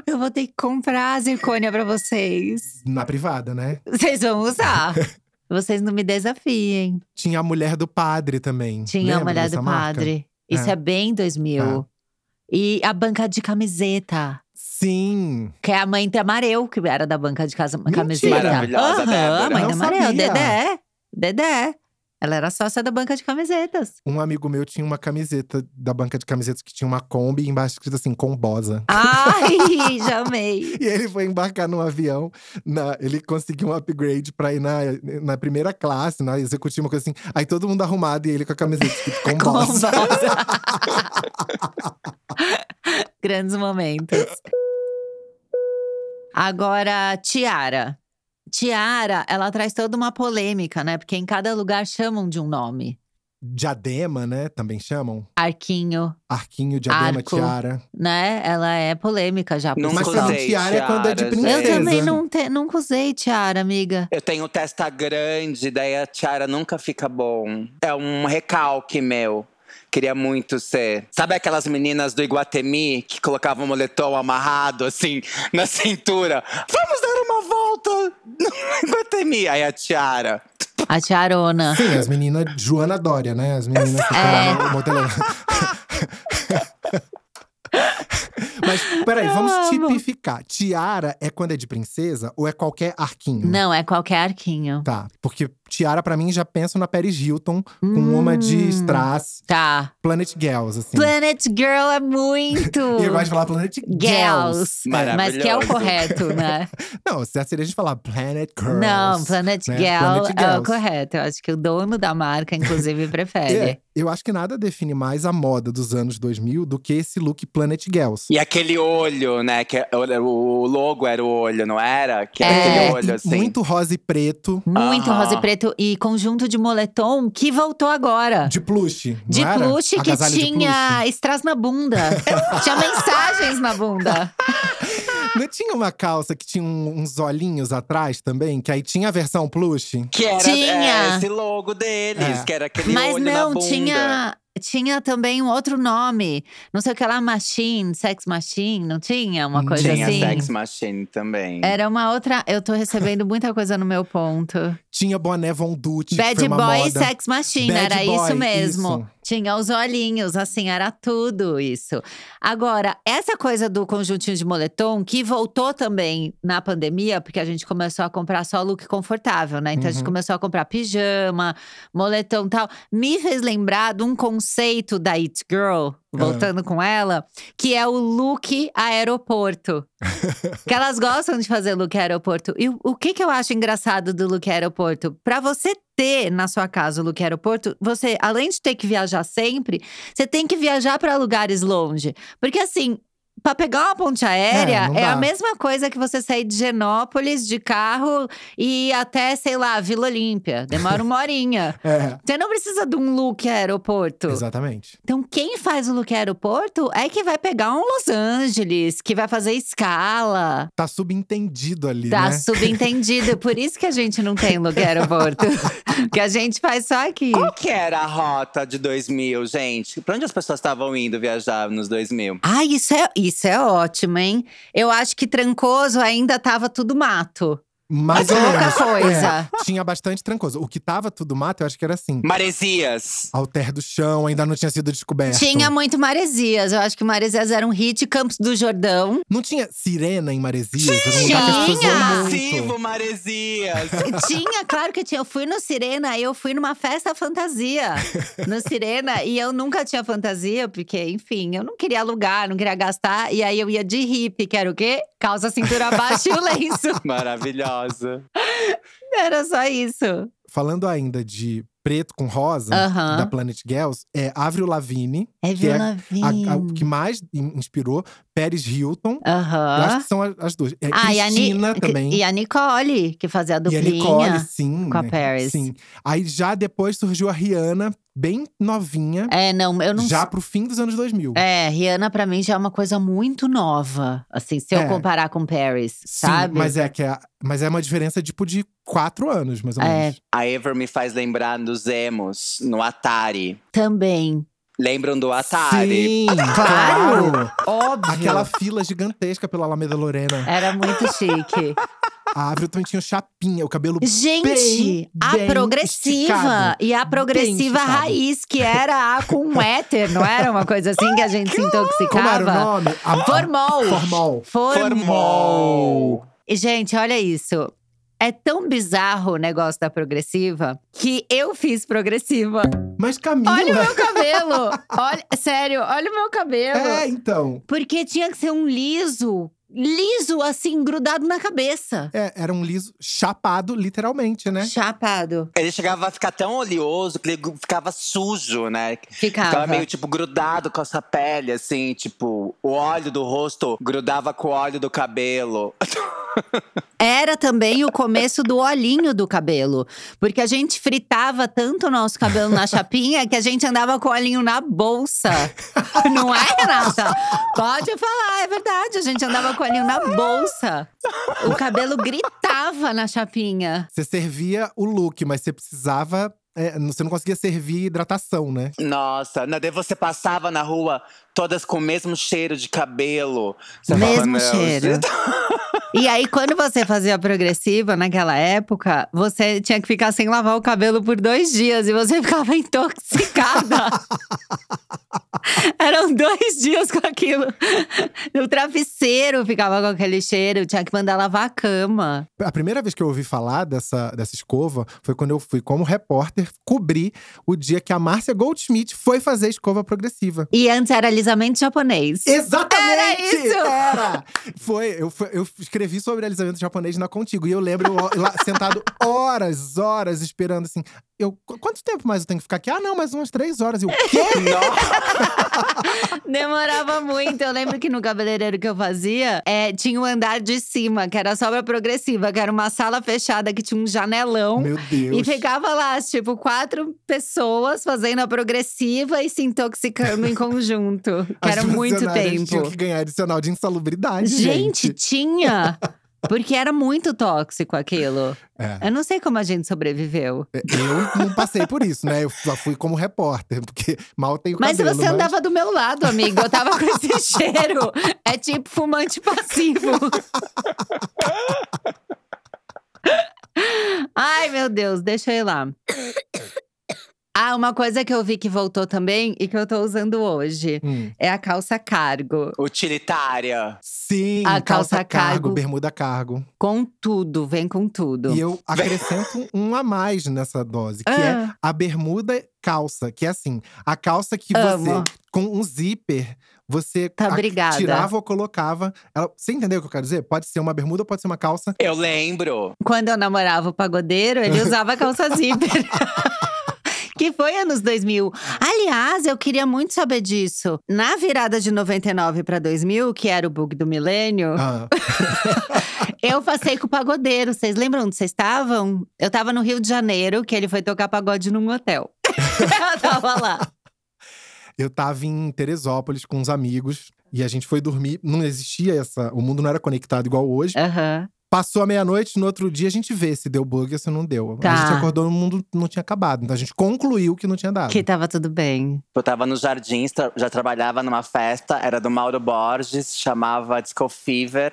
eu vou ter que comprar a zircônia pra vocês.
Na privada, né?
Vocês vão usar. Vocês não me desafiem.
Tinha a mulher do padre também.
Tinha a
Lembra
mulher
dessa
do
marca?
padre. Isso é,
É. Tá.
bem 2000. E a banca de camiseta.
Sim.
Que é a mãe Tamareu, que era da banca de casa,
Mentira.
camiseta.
Maravilhosa,
Aham,
Débora.
a mãe
Não
Tamareu,
sabia.
Dedé. Dedé. Ela era sócia da banca de camisetas.
Um amigo meu tinha uma camiseta da banca de camisetas que tinha uma Kombi e embaixo escrito assim, Combosa.
Ai, já amei.
E ele foi embarcar num avião, na- ele conseguiu um upgrade pra ir na, na primeira classe, na executiva, uma coisa assim. Aí todo mundo arrumado e ele com a camiseta escrito Combosa.
Grandes momentos. Agora, Tiara. Tiara, ela traz toda uma polêmica, né? Porque em cada lugar chamam de um nome.
Diadema, né? Também chamam.
Arquinho,
Arquinho, diadema,
Arco.
tiara.
né? Ela é polêmica já. por
Nunca
Mas
sinal.
pra mim,
usei
tiara é quando é de
tiara, gente.
Eu
princesa.
também não te, nunca usei tiara, amiga.
Eu tenho testa grande, daí a tiara nunca fica bom. É um recalque meu. Queria muito ser. Sabe aquelas meninas do Iguatemi que colocavam o moletom amarrado assim na cintura? Vamos dar uma volta no Iguatemi. Aí a tiara.
A tiarona.
Sim, É, as meninas… Joana Dória, né? As meninas que
É.
ficaram no motelão. Mas, peraí, vamos tipificar. Tiara é quando é de princesa ou é qualquer arquinho?
Não, é qualquer arquinho.
Tá, porque tiara pra mim já penso na Paris Hilton, com uma de strass,
Tá.
Planet Girls, assim.
Hum. Planet Girl é muito.
E eu gosto de falar Planet Girls.
Girls. Mas
Maravilhoso.
que é o correto, né?
Não, se a seria de falar Planet Girls.
Não, Planet
né?
Girl
Planet
é o
Girls.
correto. Eu acho que o dono da marca, inclusive, prefere.
É, eu acho que nada define mais a moda dos anos 2000 do que esse look Planet Girls.
E aquele olho, né? Que é- o logo era o olho, não era? Que era
É.
aquele olho assim.
Muito rosa e preto.
Muito
Aham.
rosa e preto e conjunto de moletom que voltou agora.
De plush.
De
não era?
plush que
Agasalho de
tinha strass na bunda. tinha mensagens na bunda.
plush. Não tinha uma calça que tinha um- uns olhinhos atrás também? Que aí tinha a versão plush?
Que era
Tinha.
É, esse logo deles,
É.
que era aquele
Mas
olho na
não,
bunda.
tinha. Tinha também um outro nome. Não sei o que lá, Machine, Sex Machine, não tinha? Uma coisa
Tinha
assim. É,
Sex Machine também.
Era uma outra. Eu tô recebendo muita coisa no meu ponto.
Tinha boné Von Dutch, que foi
Bad
uma
Boy e
moda.
Sex Machine,
Bad
era
Boy,
isso mesmo.
isso.
Tinha os olhinhos, assim, era tudo isso. Agora, essa coisa do conjuntinho de moletom, que voltou também na pandemia, porque a gente começou a comprar só look confortável, né? Então a gente
Uhum.
começou a comprar pijama, moletom e tal. Me fez lembrar de um conceito da It Girl,
Ah.
voltando com ela, que é o look aeroporto. Que elas gostam de fazer look aeroporto. E o, o que, que eu acho engraçado do look aeroporto? Pra você ter na sua casa o look aeroporto, você, além de ter que viajar sempre, você tem que viajar pra lugares longe. Porque assim. Pra pegar uma ponte aérea,
É, não
é, a
dá.
mesma coisa que você sair de Genópolis de carro e ir até, sei lá, Vila Olímpia. Demora uma horinha.
É,
Você não precisa de um look aeroporto.
exatamente.
Então, quem faz o look aeroporto é que vai pegar um Los Angeles, que vai fazer escala.
Tá subentendido ali,
Tá
né?
subentendido. Por isso que a gente não tem look aeroporto. que a gente faz só aqui.
Qual que era a rota de 2000, gente? Pra onde as pessoas estavam indo viajar nos 2000?
Ah, isso é, isso é ótimo, hein? Eu acho que Trancoso ainda tava tudo mato. é
Mais ou
Pouca
menos. É.
coisa.
Tinha bastante trancoso. O que tava tudo mato, eu acho que era assim.
Maresias.
Alter do chão, ainda não tinha sido descoberto.
Tinha muito Maresias. Eu acho que Maresias era um hit. Campos do Jordão.
Não tinha sirena em Maresias? Era um lugar que as pessoas
Tinha!
iam
Massivo
muito.
Maresias.
Tinha, claro que tinha. Eu fui no Sirena, eu fui numa festa fantasia no Sirena. E eu nunca tinha fantasia, porque, enfim, eu não queria alugar, não queria gastar. E aí eu ia de hippie, que era o quê? Calça, cintura baixa e o lenço.
Maravilhosa.
Era só isso.
Falando ainda de preto com rosa,
Aham.
da Planet Girls, é Avril Lavigne,
É
Que é
Vila
a- a- o
Lavigne.
que mais in- inspirou, Pérez Hilton. Eu acho
Aham.
que são a- as duas. É,
Ah, e a, Ni-
Cristina também.
e a Nicole, que fazia a
E a
duplinha.
Nicole, sim.
com a
né?
Paris.
Sim. Aí já depois surgiu a Rihanna, bem novinha,
É, não, eu não
já pro fim dos anos 2000.
É, Rihanna pra mim já é uma coisa muito nova. Assim, se eu
É.
comparar com Paris,
Sim,
sabe?
Mas é, que é, mas é uma diferença tipo de quatro anos, mais ou
É.
menos.
A Ever me faz lembrar dos emos, no Atari.
Também.
Lembram do Atari?
Sim,
Claro! Óbvio.
Aquela fila gigantesca pela Alameda Lorena.
Era muito chique.
A Avril também tinha o chapinha, o cabelo
Gente,
Bem,
a
bem
progressiva.
esticado.
E a progressiva
esticado.
raiz, que era a com um éter, não era uma coisa assim que a gente se
Como era o
intoxicava?
nome? A- a-
Formol.
Formol.
Formol. E, gente, olha isso. É tão bizarro o negócio da progressiva que eu fiz progressiva.
Mas Camila…
Olha o meu cabelo! Olha, sério, olha o meu cabelo.
É, então.
Porque tinha que ser um liso, liso assim, grudado na cabeça.
É, era um liso chapado, literalmente, né?
Chapado.
Ele chegava a ficar tão oleoso que ele gu- ficava sujo, né?
Ficava.
Ficava meio, tipo, grudado com essa pele, assim, tipo, o óleo do rosto grudava com o óleo do cabelo.
Era também o começo do olhinho do cabelo. Porque a gente fritava tanto o nosso cabelo na chapinha que a gente andava com o olhinho na bolsa. Não é, Renata? Pode falar, é verdade. A gente andava com o olhinho na bolsa. O cabelo gritava na chapinha.
Você servia o look, mas você precisava… é, não- você não conseguia servir hidratação, né?
Nossa, não, daí você passava na rua todas com o mesmo cheiro de cabelo. Você tá
Mesmo
"Não,
cheiro."
gente,
E aí, quando você fazia a progressiva naquela época, você tinha que ficar sem lavar o cabelo por dois dias e você ficava intoxicada. Eram dois dias com aquilo. O travesseiro ficava com aquele cheiro, tinha que mandar lavar a cama.
A primeira vez que eu ouvi falar dessa, dessa escova foi quando eu fui, como repórter, cobrir o dia que a Márcia Goldschmidt foi fazer escova progressiva.
E antes era alisamento japonês.
Exatamente!
Era isso!
Era! Foi, eu, fui- eu escrevi sobre alisamento japonês na Contigo. E eu lembro eu lá sentado horas, horas, esperando assim. Eu, "Qu- quanto tempo mais eu tenho que ficar aqui? Ah, não, mais umas três horas. E o quê?
Nossa,
Demorava muito. Eu lembro que no cabeleireiro que eu fazia, é, tinha um andar de cima, que era só pra progressiva, que era uma sala fechada que tinha um janelão.
Meu Deus.
E ficava lá, tipo, quatro pessoas fazendo a progressiva e se intoxicando em conjunto. Que
As
era muito
funcionárias tinham que
tempo.
ganhar adicional de insalubridade.
Gente,
um Gente!
tinha! Porque era muito tóxico aquilo.
É.
Eu não sei como a gente sobreviveu.
Eu não passei por isso, né? Eu só fui como repórter, porque mal tenho
Mas
cabelo.
você andava do meu lado, amigo. Eu tava com esse cheiro. É tipo fumante passivo. Ai, meu Deus, deixa eu ir lá. Ah, uma coisa que eu vi que voltou também e que eu tô usando hoje
Hum.
é a calça cargo.
utilitária.
Sim,
A
calça,
calça
cargo,
cargo.
bermuda cargo.
Com tudo, vem com tudo.
E eu acrescento um a mais nessa dose, que é
Ah,
a bermuda calça, que é assim, a calça que
Amo.
você com um zíper, você
Tá,
a-
obrigada.
tirava ou colocava. Ela, você entendeu o que eu quero dizer? Pode ser uma bermuda, ou pode ser uma calça.
Eu lembro.
Quando eu namorava o pagodeiro, ele usava calça zíper.
que foi anos 2000.
Aliás, eu queria muito saber disso. Na virada de 99 pra 2000, que era o bug do milênio,
Ah,
eu passei com o pagodeiro. Vocês lembram onde vocês estavam? Eu tava no Rio de Janeiro, que ele foi tocar pagode num hotel. eu tava lá.
eu tava em Teresópolis com uns amigos. E a gente foi dormir. Não existia essa… O mundo não era conectado igual hoje.
Aham.
Passou a meia-noite, no outro dia a gente vê se deu bug ou se não deu.
Tá.
A gente acordou e o mundo não tinha acabado. Então a gente concluiu que não tinha dado.
Que tava tudo bem.
Eu tava no Jardins, tra- já trabalhava numa festa, era do Mauro Borges, chamava Disco Fever.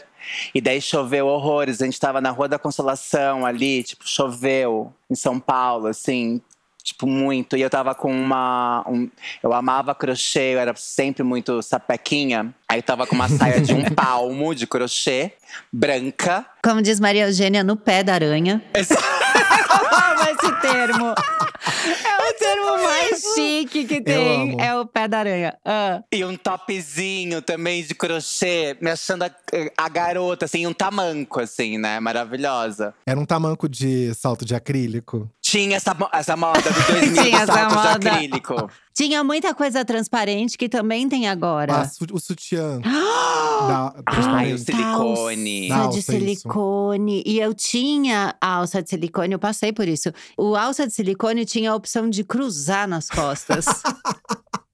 E daí choveu horrores. A gente tava na Rua da Consolação ali, tipo, choveu em São Paulo, assim. Tipo, muito. E eu tava com uma. um- eu amava crochê, eu era sempre muito sapequinha. Aí eu tava com uma saia de um palmo de crochê, branca.
Como diz Maria Eugênia, no pé da aranha. Amo esse termo. É o termo mais chique que tem.
amo.
É o pé da aranha. Ah.
E um topzinho também de crochê, me achando a, a garota, assim, um tamanco, assim, né? Maravilhosa.
Era um tamanco de salto de acrílico.
Tinha essa, mo- essa moda do 2000
Tinha
Tinha
essa
salto
moda.
de acrílico.
Tinha muita coisa transparente que também tem agora.
Ah, su- o sutiã. da,
Ah!
Ai, o
tá.
transparente.
silicone.
Não.
Alça
Alça,
de
isso.
silicone. E eu tinha a alça de silicone, eu passei por isso. O alça de silicone tinha a opção de cruzar nas costas.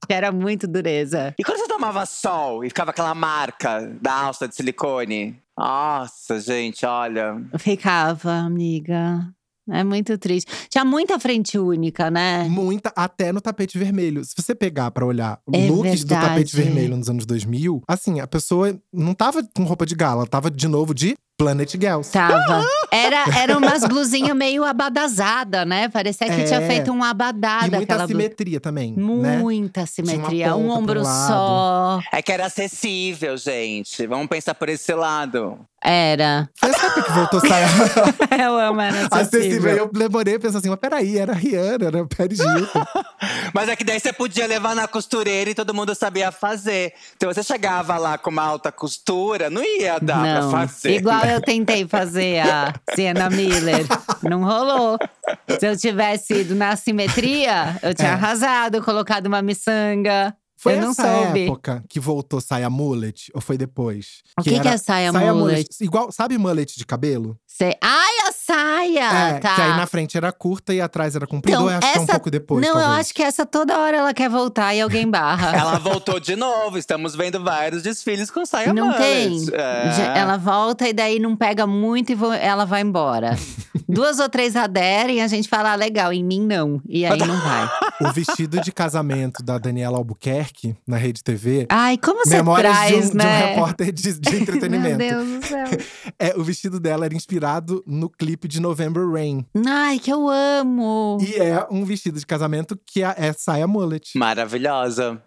que era muito dureza.
E quando você tomava sol e ficava aquela marca da alça de silicone? Nossa, gente, olha.
Ficava, amiga. É muito triste. Tinha muita frente única, né?
Muita, até no tapete vermelho. Se você pegar pra olhar
É
looks do
verdade.
tapete vermelho nos anos 2000, assim, a pessoa não tava com roupa de gala, tava de novo de Planet Girls.
Tava. Era, era umas blusinhas meio abadazada, né? Parecia que tinha
É.
feito um abadado
E muita
aquela blusa.
simetria também. né?
Muita
uma
simetria, um
ponta pra um
ombro
lado.
só.
É que era acessível, gente. Vamos pensar por esse lado.
Era.
Você sabe que voltou saia
Eu amo, era
acessível? Eu demorei pensando assim, mas peraí, era Rihanna, era Paris Hilton.
Mas é que daí você podia levar na costureira e todo mundo sabia fazer. Então você chegava lá com uma alta costura, não ia dar
não.
pra fazer.
Igual eu tentei fazer a Sienna Miller. Não rolou. Se eu tivesse ido na simetria, eu tinha
É.
arrasado, colocado uma miçanga.
Foi
eu não
nessa
soube.
época que voltou saia mullet, ou foi depois?
O que, que é saia, mullet?
Igual, sabe mullet de cabelo?
Sei. Ai, a saia!
é,
tá.
que aí na frente era curta e atrás era comprido.
Então,
ou eu acho que é um
essa-
pouco depois,
não, eu
talvez.
acho que essa toda hora ela quer voltar e alguém barra.
Ela voltou de novo. Estamos vendo vários desfiles com saia
Não
mullet.
tem.
É.
Já- Ela volta e daí não pega muito e vo- ela vai embora. Duas ou três aderem, a gente fala, ah, legal, em mim não. E aí não vai.
O vestido de casamento da Daniela Albuquerque na Rede TV.
Ai, como você
Memórias
traz,
de, um, de um
né?
repórter de, de entretenimento.
Meu Deus do céu.
É, o vestido dela era inspirado no clipe de November Rain.
Ai, que eu amo.
E é um vestido de casamento que é, é saia mullet.
Maravilhosa.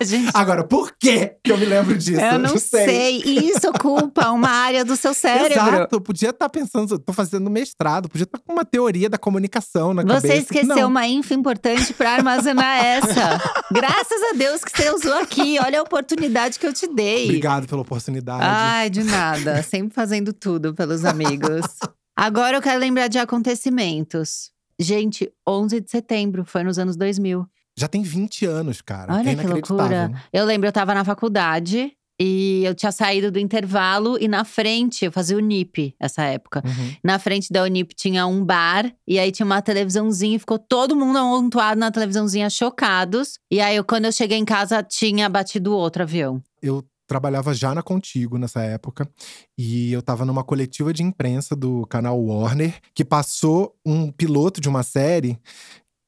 A gente,
Agora, por que que eu me lembro disso?
eu não sei. E isso ocupa uma área do seu cérebro.
Exato, eu podia estar pensando, tô fazendo mestrado, podia estar com uma teoria da comunicação na
Você
cabeça.
esqueceu
Não.
uma info importante pra armazenar essa. Graças a Deus que você usou aqui. Olha a oportunidade que eu te dei.
Obrigado pela oportunidade.
Ai, de nada. Sempre fazendo tudo pelos amigos. Agora eu quero lembrar de acontecimentos. Gente, 11 de setembro, foi nos anos 2000.
Já tem 20 anos, cara.
Olha
é
que
inacreditável.
loucura. Eu lembro, eu tava na faculdade e eu tinha saído do intervalo e na frente, eu fazia o NIP essa época.
Uhum.
Na frente da Unip tinha um bar e aí tinha uma televisãozinha e ficou todo mundo amontoado na televisãozinha, chocados. E aí, eu- quando eu cheguei em casa, tinha batido outro avião.
Eu trabalhava já na Contigo nessa época. E eu tava numa coletiva de imprensa do canal Warner, que passou um piloto de uma série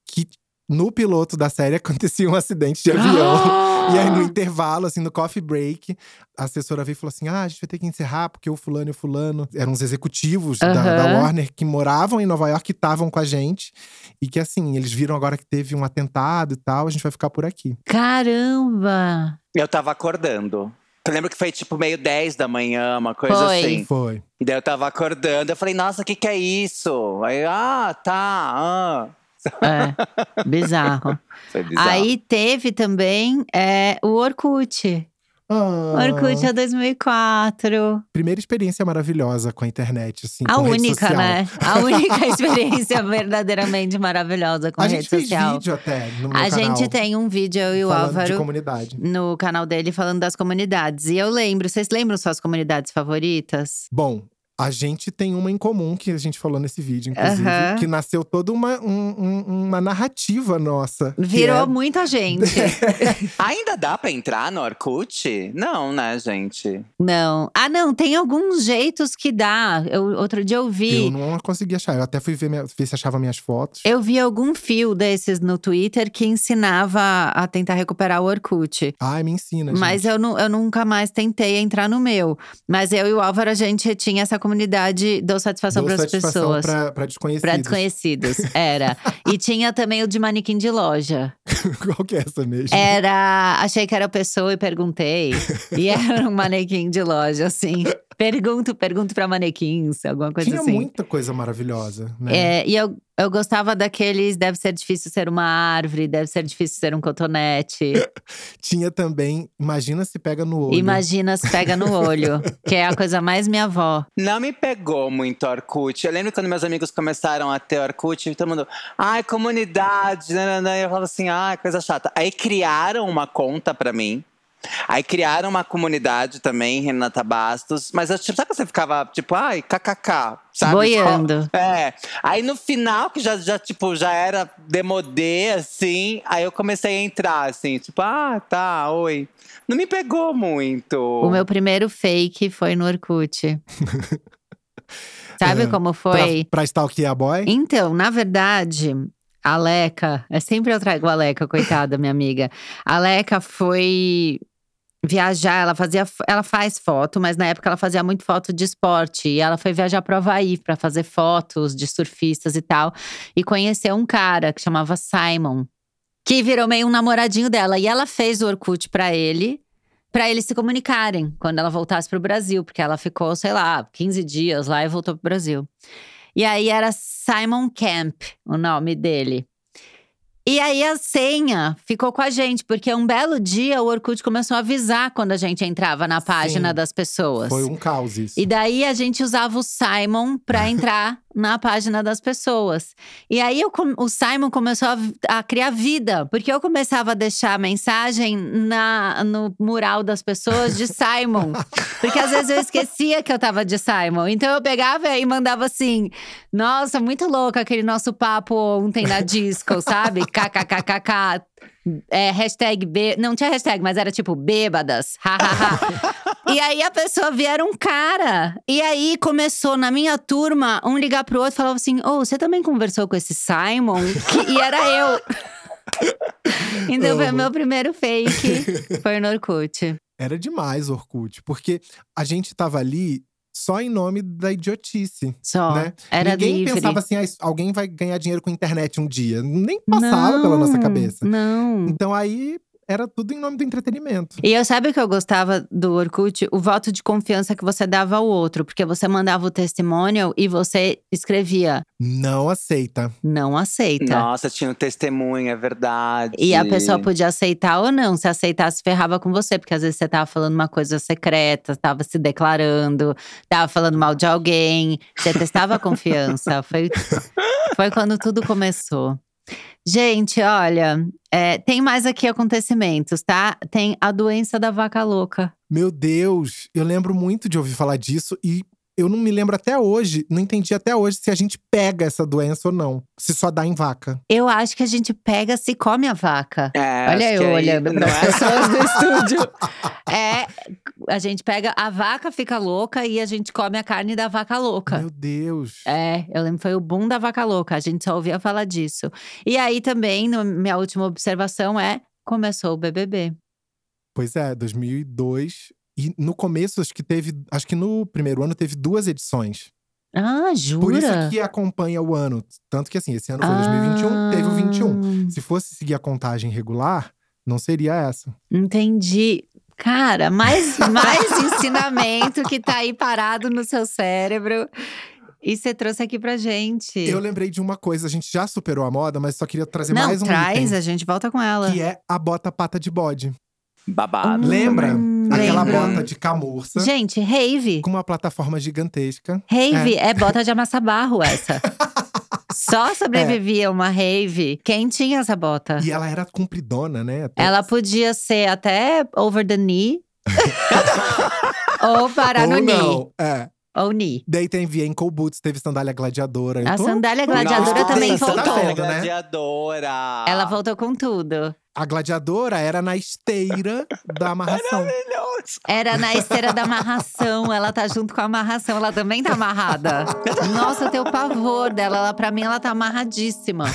que no piloto da série acontecia um acidente de avião. E aí, no intervalo, assim, no coffee break, a assessora veio e falou assim: Ah, a gente vai ter que encerrar, porque o fulano e o fulano eram os executivos da, da
Aham.
Warner que moravam em Nova York e estavam com a gente. E que assim, eles viram agora que teve um atentado e tal, a gente vai ficar por aqui.
Caramba!
Eu tava acordando. Eu lembro que foi tipo meio 10 da manhã, uma coisa
Foi.
assim.
Foi.
E daí eu tava acordando, eu falei, nossa, o que que é isso? Aí, ah, tá, ah.
É, bizarro.
Foi bizarro.
Aí teve também é, o Orkut.
Ah,
Orkut é 2004.
Primeira experiência maravilhosa com a internet, assim.
A
com rede
única,
social.
né? A única experiência verdadeiramente maravilhosa com
A
rede
gente fez
social.
vídeo até no meu
A
canal,
gente tem um vídeo, eu e o
falando de
Álvaro,
comunidade.
no canal dele falando das comunidades. E eu lembro, vocês lembram suas comunidades favoritas?
Bom, a gente tem uma em comum que a gente falou nesse vídeo, inclusive,
Aham.
que nasceu toda uma, um- um- uma narrativa nossa. que
Virou
é-
muita gente.
Ainda dá pra entrar no Orkut? Não, né, gente?
não. Ah, não, tem alguns jeitos que dá. Eu- outro dia eu vi.
Eu não consegui achar. Eu até fui ver, minha- ver se achava minhas fotos.
Eu vi algum fio desses no Twitter que ensinava a tentar recuperar o Orkut.
Ai, me ensina. Né, gente.
Mas eu, nu- eu nunca mais tentei entrar no meu. Mas eu e o Álvaro, a gente tinha essa comunidade dou satisfação
Dou
para as
satisfação
pessoas.
Pra, pra desconhecidos.
Para desconhecidos, era. e tinha também o de manequim de loja.
Qual que é essa mesmo?
Era. Achei que era pessoa e perguntei. e era um manequim de loja, assim. Pergunto, pergunto para manequins, alguma coisa
Tinha
assim.
muita coisa maravilhosa, né?
É, e eu, eu gostava daqueles. Deve ser difícil ser uma árvore, deve ser difícil ser um cotonete.
Tinha também, imagina se pega no olho.
Imagina se pega no olho, que é a coisa mais minha avó.
Não me pegou muito Orkut. Eu lembro quando meus amigos começaram a ter Orkut, todo mundo, ai, comunidade, nananã. E eu falava assim, ai, coisa chata. Aí criaram uma conta pra mim. Aí criaram uma comunidade também, Renata Bastos. Mas eu, tipo, sabe que você ficava, tipo, ai, kkk, sabe?
Boiando.
É. Aí no final, que já, já, tipo, já era demodê, assim, aí eu comecei a entrar, assim, tipo, ah, tá, oi. Não me pegou muito.
O meu primeiro fake foi no Orkut. Sabe
É,
como
Pra,
foi?
pra stalkear boy?
Então, na verdade, a Leca… É sempre eu trago a Leca, coitada, minha amiga. A Leca foi viajar, ela fazia… Ela faz foto, mas na época ela fazia muito foto de esporte. E ela foi viajar pro Havaí pra fazer fotos de surfistas e tal. E conheceu um cara que chamava Simon. Que virou meio um namoradinho dela. E ela fez o Orkut pra ele… Pra eles se comunicarem quando ela voltasse pro Brasil, porque ela ficou, sei lá, 15 dias lá e voltou pro Brasil. E aí era Simon Camp, o nome dele. E aí a senha ficou com a gente, porque um belo dia o Orkut começou a avisar quando a gente entrava na página
Sim.
das pessoas.
Foi um caos isso.
E daí a gente usava o Simon pra entrar na página das pessoas. E aí eu com- o Simon começou a, vi- a criar vida, porque eu começava a deixar a mensagem na, no mural das pessoas de Simon. porque às vezes eu esquecia que eu tava de Simon. Então eu pegava e mandava assim: nossa, muito louco aquele nosso papo ontem na disco, sabe? KKKKK. É, hashtag B. Não tinha hashtag, mas era tipo bêbadas. hahaha. e aí a pessoa via era um cara. E aí começou na minha turma, um ligar pro outro e falava assim: Ô, você também conversou com esse Simon? Que- e era eu. então foi
Amo.
meu primeiro fake. Foi no Orkut.
Era demais o Orkut, porque a gente tava ali só em nome da idiotice.
Só.
Né?
Era
Ninguém
livre.
pensava assim, ah, isso- alguém vai ganhar dinheiro com internet um dia. Nem passava pela nossa
Não, Hum.
cabeça.
Não.
Então aí era tudo em nome do entretenimento.
E eu sabe o que eu gostava do Orkut? O voto de confiança que você dava ao outro. Porque você mandava o testemunho e você escrevia,
Não aceita.
não aceita.
Nossa, tinha um testemunho, é
tá.
verdade.
E a pessoa podia aceitar ou não. Se aceitasse, ferrava com você. Porque às vezes você tava falando uma coisa secreta, tava se declarando, tava falando mal de alguém. Você testava a confiança. Foi, foi quando tudo começou. Gente, olha, é, tem mais aqui acontecimentos, tá? Tem a doença da vaca louca.
Meu Deus, eu lembro muito de ouvir falar disso e eu não me lembro até hoje, não entendi até hoje se a gente pega essa doença ou não. Se só dá em vaca.
Eu acho que a gente pega se come a vaca.
É, acho
Olha eu
que aí-
olhando para
não
as
é?
pessoas do estúdio. né? É, a gente pega a vaca fica louca e a gente come a carne da vaca louca.
Meu Deus.
É, eu lembro, foi o boom da vaca louca, a gente só ouvia falar disso. E aí também, no- minha última observação é, começou o BBB.
Pois é, 2002. E no começo, acho que teve. Acho que no primeiro ano teve duas edições.
Ah, jura? Ah,
Por isso que acompanha o ano. Tanto que assim, esse ano foi 2021, teve o 21. Se fosse seguir a contagem regular, não seria essa.
Entendi. Cara, mais, mais ensinamento que tá aí parado no seu cérebro. E você trouxe aqui pra gente.
Eu lembrei de uma coisa, a gente já superou a moda, mas só queria trazer
Não,
mais um
traz,
item,
a gente volta com ela.
que é a bota pata de bode.
Babado.
Lembra?
Hum.
Aquela
Lembro.
bota de camurça.
Gente, rave.
Com uma plataforma gigantesca.
Rave é, bota de amassar barro essa. Só
É.
sobrevivia uma rave. Quem tinha essa bota?
E ela era compridona, né?
Ela podia ser até over the knee. ou parar no
Ou
knee.
não. É.
Ou knee.
Daí teve ankle boots, teve sandália gladiadora. Eu
A
tô-
sandália gladiadora
Nossa,
também
tá
voltou.
vendo? né?
Gladiadora.
Ela voltou com tudo.
A gladiadora era na esteira da amarração.
Maravilhoso.
Era na esteira da amarração, ela tá junto com a amarração, ela também tá amarrada. Nossa, eu tenho pavor dela, ela, pra mim ela tá amarradíssima.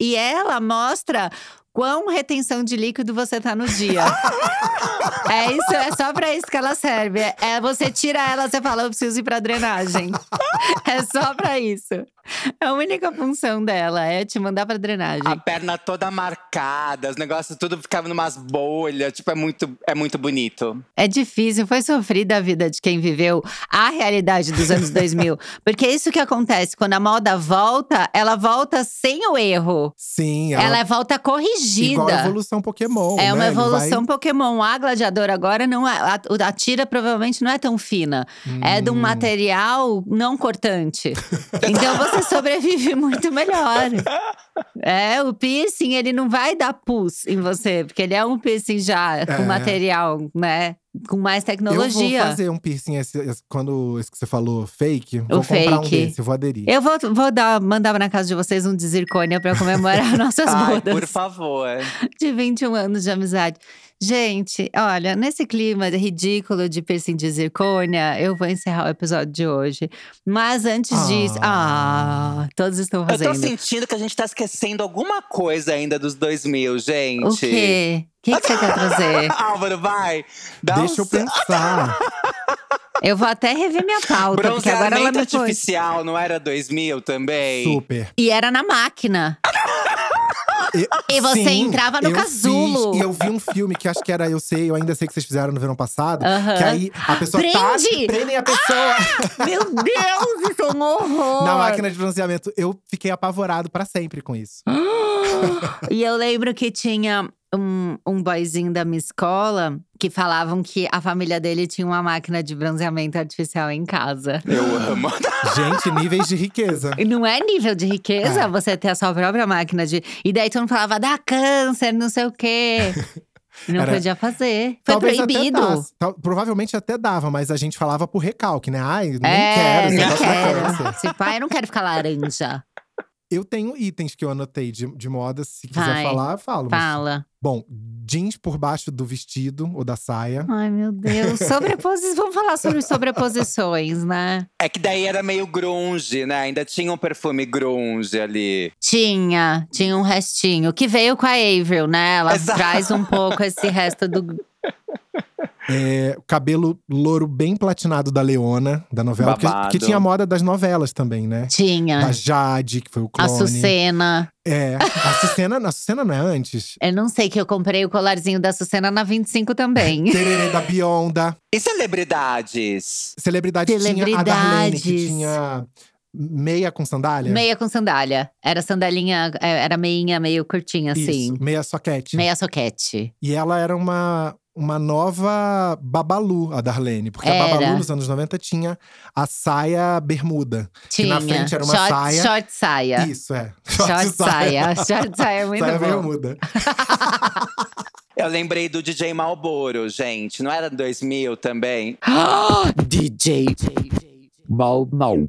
E ela mostra quão retenção de líquido você tá no dia. É isso, é só pra isso que ela serve. É você tira ela, você fala, eu preciso ir pra drenagem. É só pra isso. É A única função dela é te mandar pra
A
drenagem.
perna toda marcada, os negócios tudo ficava numas bolhas. Tipo, é muito, é muito bonito.
É difícil, foi sofrida a vida de quem viveu a realidade dos anos 2000. Porque é isso que acontece, quando a moda volta, ela volta sem o erro.
Sim, ela,
Ela volta
igual a
corrigida.
evolução Pokémon.
É uma
né? Ele
evolução
vai-
Pokémon. A gladiadora agora não é. A, a tira provavelmente não é tão fina. É de um
Hum.
material não cortante. então você sobrevive muito melhor. É, o piercing, ele não vai dar pus em você, porque ele é um piercing já com
É.
material, né? Com mais
Eu vou
tecnologia.
fazer um piercing esse- esse- quando esse que você falou, fake. vou comprar um
fake.
desse, vou aderir.
Eu vou, vou dar, mandar na casa de vocês um de zircônia pra comemorar nossas
Ai,
bodas
por favor.
de 21 anos de amizade. Gente, olha, nesse clima ridículo de piercing de zircônia, eu vou encerrar o episódio de hoje. Mas antes
Ah.
disso. Ah, todos estão
Eu tô
fazendo.
sentindo que a gente tá esquecendo alguma coisa ainda dos 2000, gente.
o quê? O que, que você quer trazer?
Álvaro, vai. Dá
Deixa
um
eu pensar.
Eu vou até rever minha pauta, porque agora ela
Bronzeamento é
me foi.
artificial, não era 2000 também?
Super.
E era na máquina.
E,
E você entrava no
eu
casulo.
fiz, e eu vi um filme que acho que era Eu Sei, Eu Ainda Sei Que Vocês Fizeram no verão passado.
Aham.
Que aí a pessoa tá…
Prende!
Prendem a pessoa
Meu Deus, isso é um horror!
na máquina de bronzeamento. Eu fiquei apavorado pra sempre com isso.
Ah! E eu lembro que tinha um, um boyzinho da minha escola que falavam que a família dele tinha uma máquina de bronzeamento artificial em casa.
Eu amo.
Gente, níveis de riqueza.
E Não é nível de riqueza
É.
você ter a sua própria máquina de. E daí todo mundo falava, dá câncer, não sei o quê. Não
Era-
podia fazer. Foi
Talvez até tá.
proibido.
desse. Tal- Provavelmente até dava, mas a gente falava por recalque, né? Ai, nem
é,
quero,
não
esse negócio dá câncer.
quero. Se pai, eu não quero ficar laranja.
Eu tenho itens que eu anotei de, de moda, se quiser
Vai.
falar, eu falo. mas-
Fala.
bom, jeans por baixo do vestido ou da saia.
Ai, meu Deus. Sobreposições. Vamos falar sobre sobreposições, né?
É que daí era meio grunge, né? Ainda tinha um perfume grunge ali.
Tinha, tinha um restinho. Que veio com a Avril, né? Ela
Exato.
traz um pouco esse resto do.
É, o cabelo louro bem platinado da Leona, da novela. porque-
Babado.
Que, tinha a moda das novelas também, né?
Tinha.
Da Jade, que foi o
Ah. A
clone.
Sucena.
É. A Sucena, a Sucena não é antes?
Eu não sei que eu comprei o colarzinho da Sucena na 25 também.
Tererê da Bionda.
E celebridades?
Celebridade tinha a Darlene, que
Celebridades.
tinha meia com sandália.
Meia com sandália. Era sandalinha, é, era meinha meio curtinha, assim.
Isso, meia soquete.
Meia soquete.
E ela era uma, uma nova Babalu, a Darlene. Porque a
Era.
Babalu, nos anos 90, tinha a saia bermuda. Que
Tinha.
na frente era uma
short,
saia.
short saia.
Isso, é.
Short saia. Short saia é muito
Saia
bom.
bermuda.
Eu lembrei do DJ Malboro, gente. Não era 2000 também?
DJ Mal Mal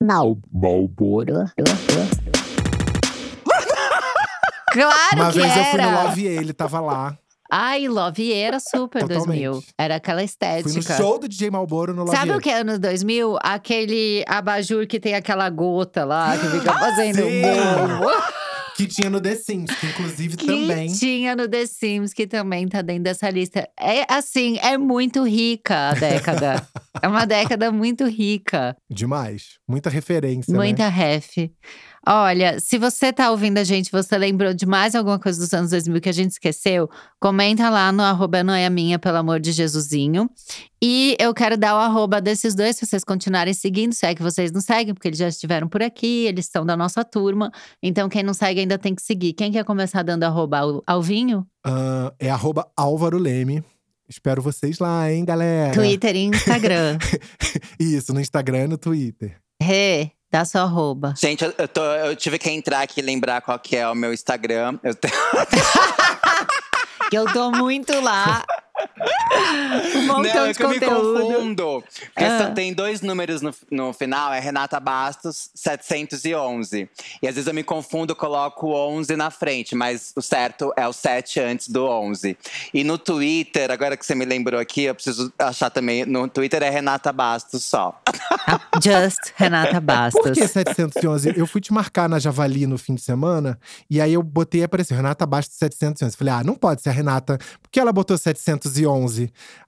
Mal Malbora.
Claro
Uma
que
vez
era.
eu fui no Love e ele tava lá.
Ai, Love era super 2000.
Totalmente.
Era aquela estética.
Fui no show do DJ Malboro no Love
Sabe
e
o que é anos 2000? Aquele abajur que tem aquela gota lá, que fica fazendo
Ah,
um
sim!
bolo.
Que tinha no The Sims, que inclusive
Que
também.
tinha no The Sims, que também tá dentro dessa lista. É assim, é muito rica a década. é uma década muito rica.
Demais. Muita referência. Né?
Muita ref. Olha, se você tá ouvindo a gente, você lembrou de mais alguma coisa dos anos 2000 que a gente esqueceu, comenta lá no arroba noia minha, pelo amor de Jesusinho. E eu quero dar o arroba desses dois, se vocês continuarem seguindo, se é que vocês não seguem, porque eles já estiveram por aqui, eles são da nossa turma. Então quem não segue ainda tem que seguir. Quem quer começar dando arroba ao, ao vinho?
Ah, é arroba Álvaro Leme. Espero vocês lá, hein, galera?
Twitter e Instagram.
Isso, no Instagram e no Twitter.
Rê, dá sua arroba.
Gente, eu, eu tô- eu tive que entrar aqui e lembrar qual que é o meu Instagram. Eu tenho-
Que eu tô muito lá. Um montão
Não, é
de
que eu me
conteúdo. Ah.
confundo. Porque só tem dois números no, no final, é Renata Bastos 711. E às vezes eu me confundo, coloco o 11 na frente, mas o certo é o 7 antes do 11. E no Twitter, agora que você me lembrou aqui, eu preciso achar também. No Twitter é Renata Bastos só.
Ah, Just Renata Bastos.
Por que 711? eu fui te marcar na Javali no fim de semana, e aí eu botei e apareceu Renata Bastos 711. Falei, ah, não pode ser a Renata, porque ela botou 711.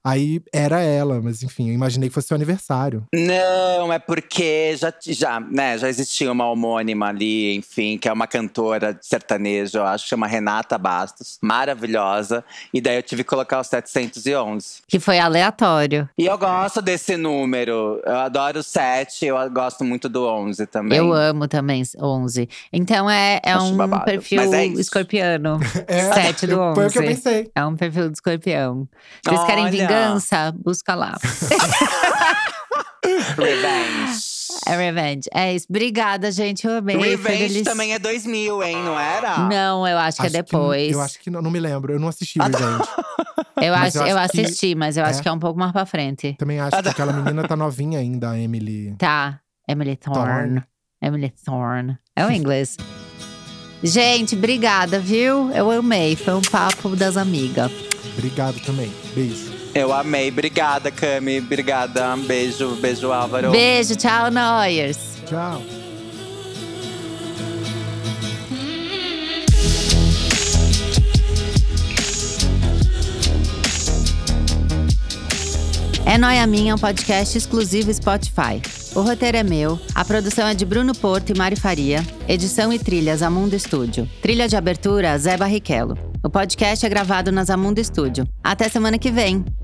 Aí era ela, mas enfim, eu imaginei que fosse seu aniversário.
Não, é porque já, já, né, já existia uma homônima ali, enfim, que é uma cantora de sertanejo, eu acho, chama Renata Bastos, maravilhosa. E daí eu tive que colocar o 711.
Que foi aleatório.
E eu gosto desse número. Eu adoro o 7, eu gosto muito do 11 também.
Eu amo também 11. Então é, é
Acho
um
babado. Mas
perfil
é isso.
escorpiano.
É,
Sete do
eu- Foi o que eu
11.
pensei.
É um perfil do escorpião. Vocês querem
Olha.
vingança? Busca lá.
Revenge.
É revenge. É isso. Obrigada, gente. Eu amei. Foi
Revenge
delici-
também é 2000, hein? Não era?
Não, eu acho que é
Acho que-
depois. Ah, tá.
eu acho que não, não me lembro. Eu não assisti o evento.
Eu,
Mas
acho,
eu
eu
acho que-
assisti, mas eu acho
É.
que é um pouco mais pra frente.
Também acho que aquela menina tá novinha ainda, a Emily.
Tá. Emily Thorne.
Thorne.
Emily Thorne. É o inglês. Gente, obrigada, viu? Eu amei. Foi um papo das amigas.
Obrigado também. Beijo.
Eu amei. Obrigada, Cami. Obrigada. Um Beijo, beijo, Álvaro.
Beijo, tchau, Noyers.
Tchau.
É Noia Minha é um podcast exclusivo Spotify. O roteiro é meu, a produção é de Bruno Porto e Mari Faria, edição e trilhas Amundo Estúdio. Trilha de abertura, Zé Barrichello. O podcast é gravado nas Amundo Estúdio. Até semana que vem!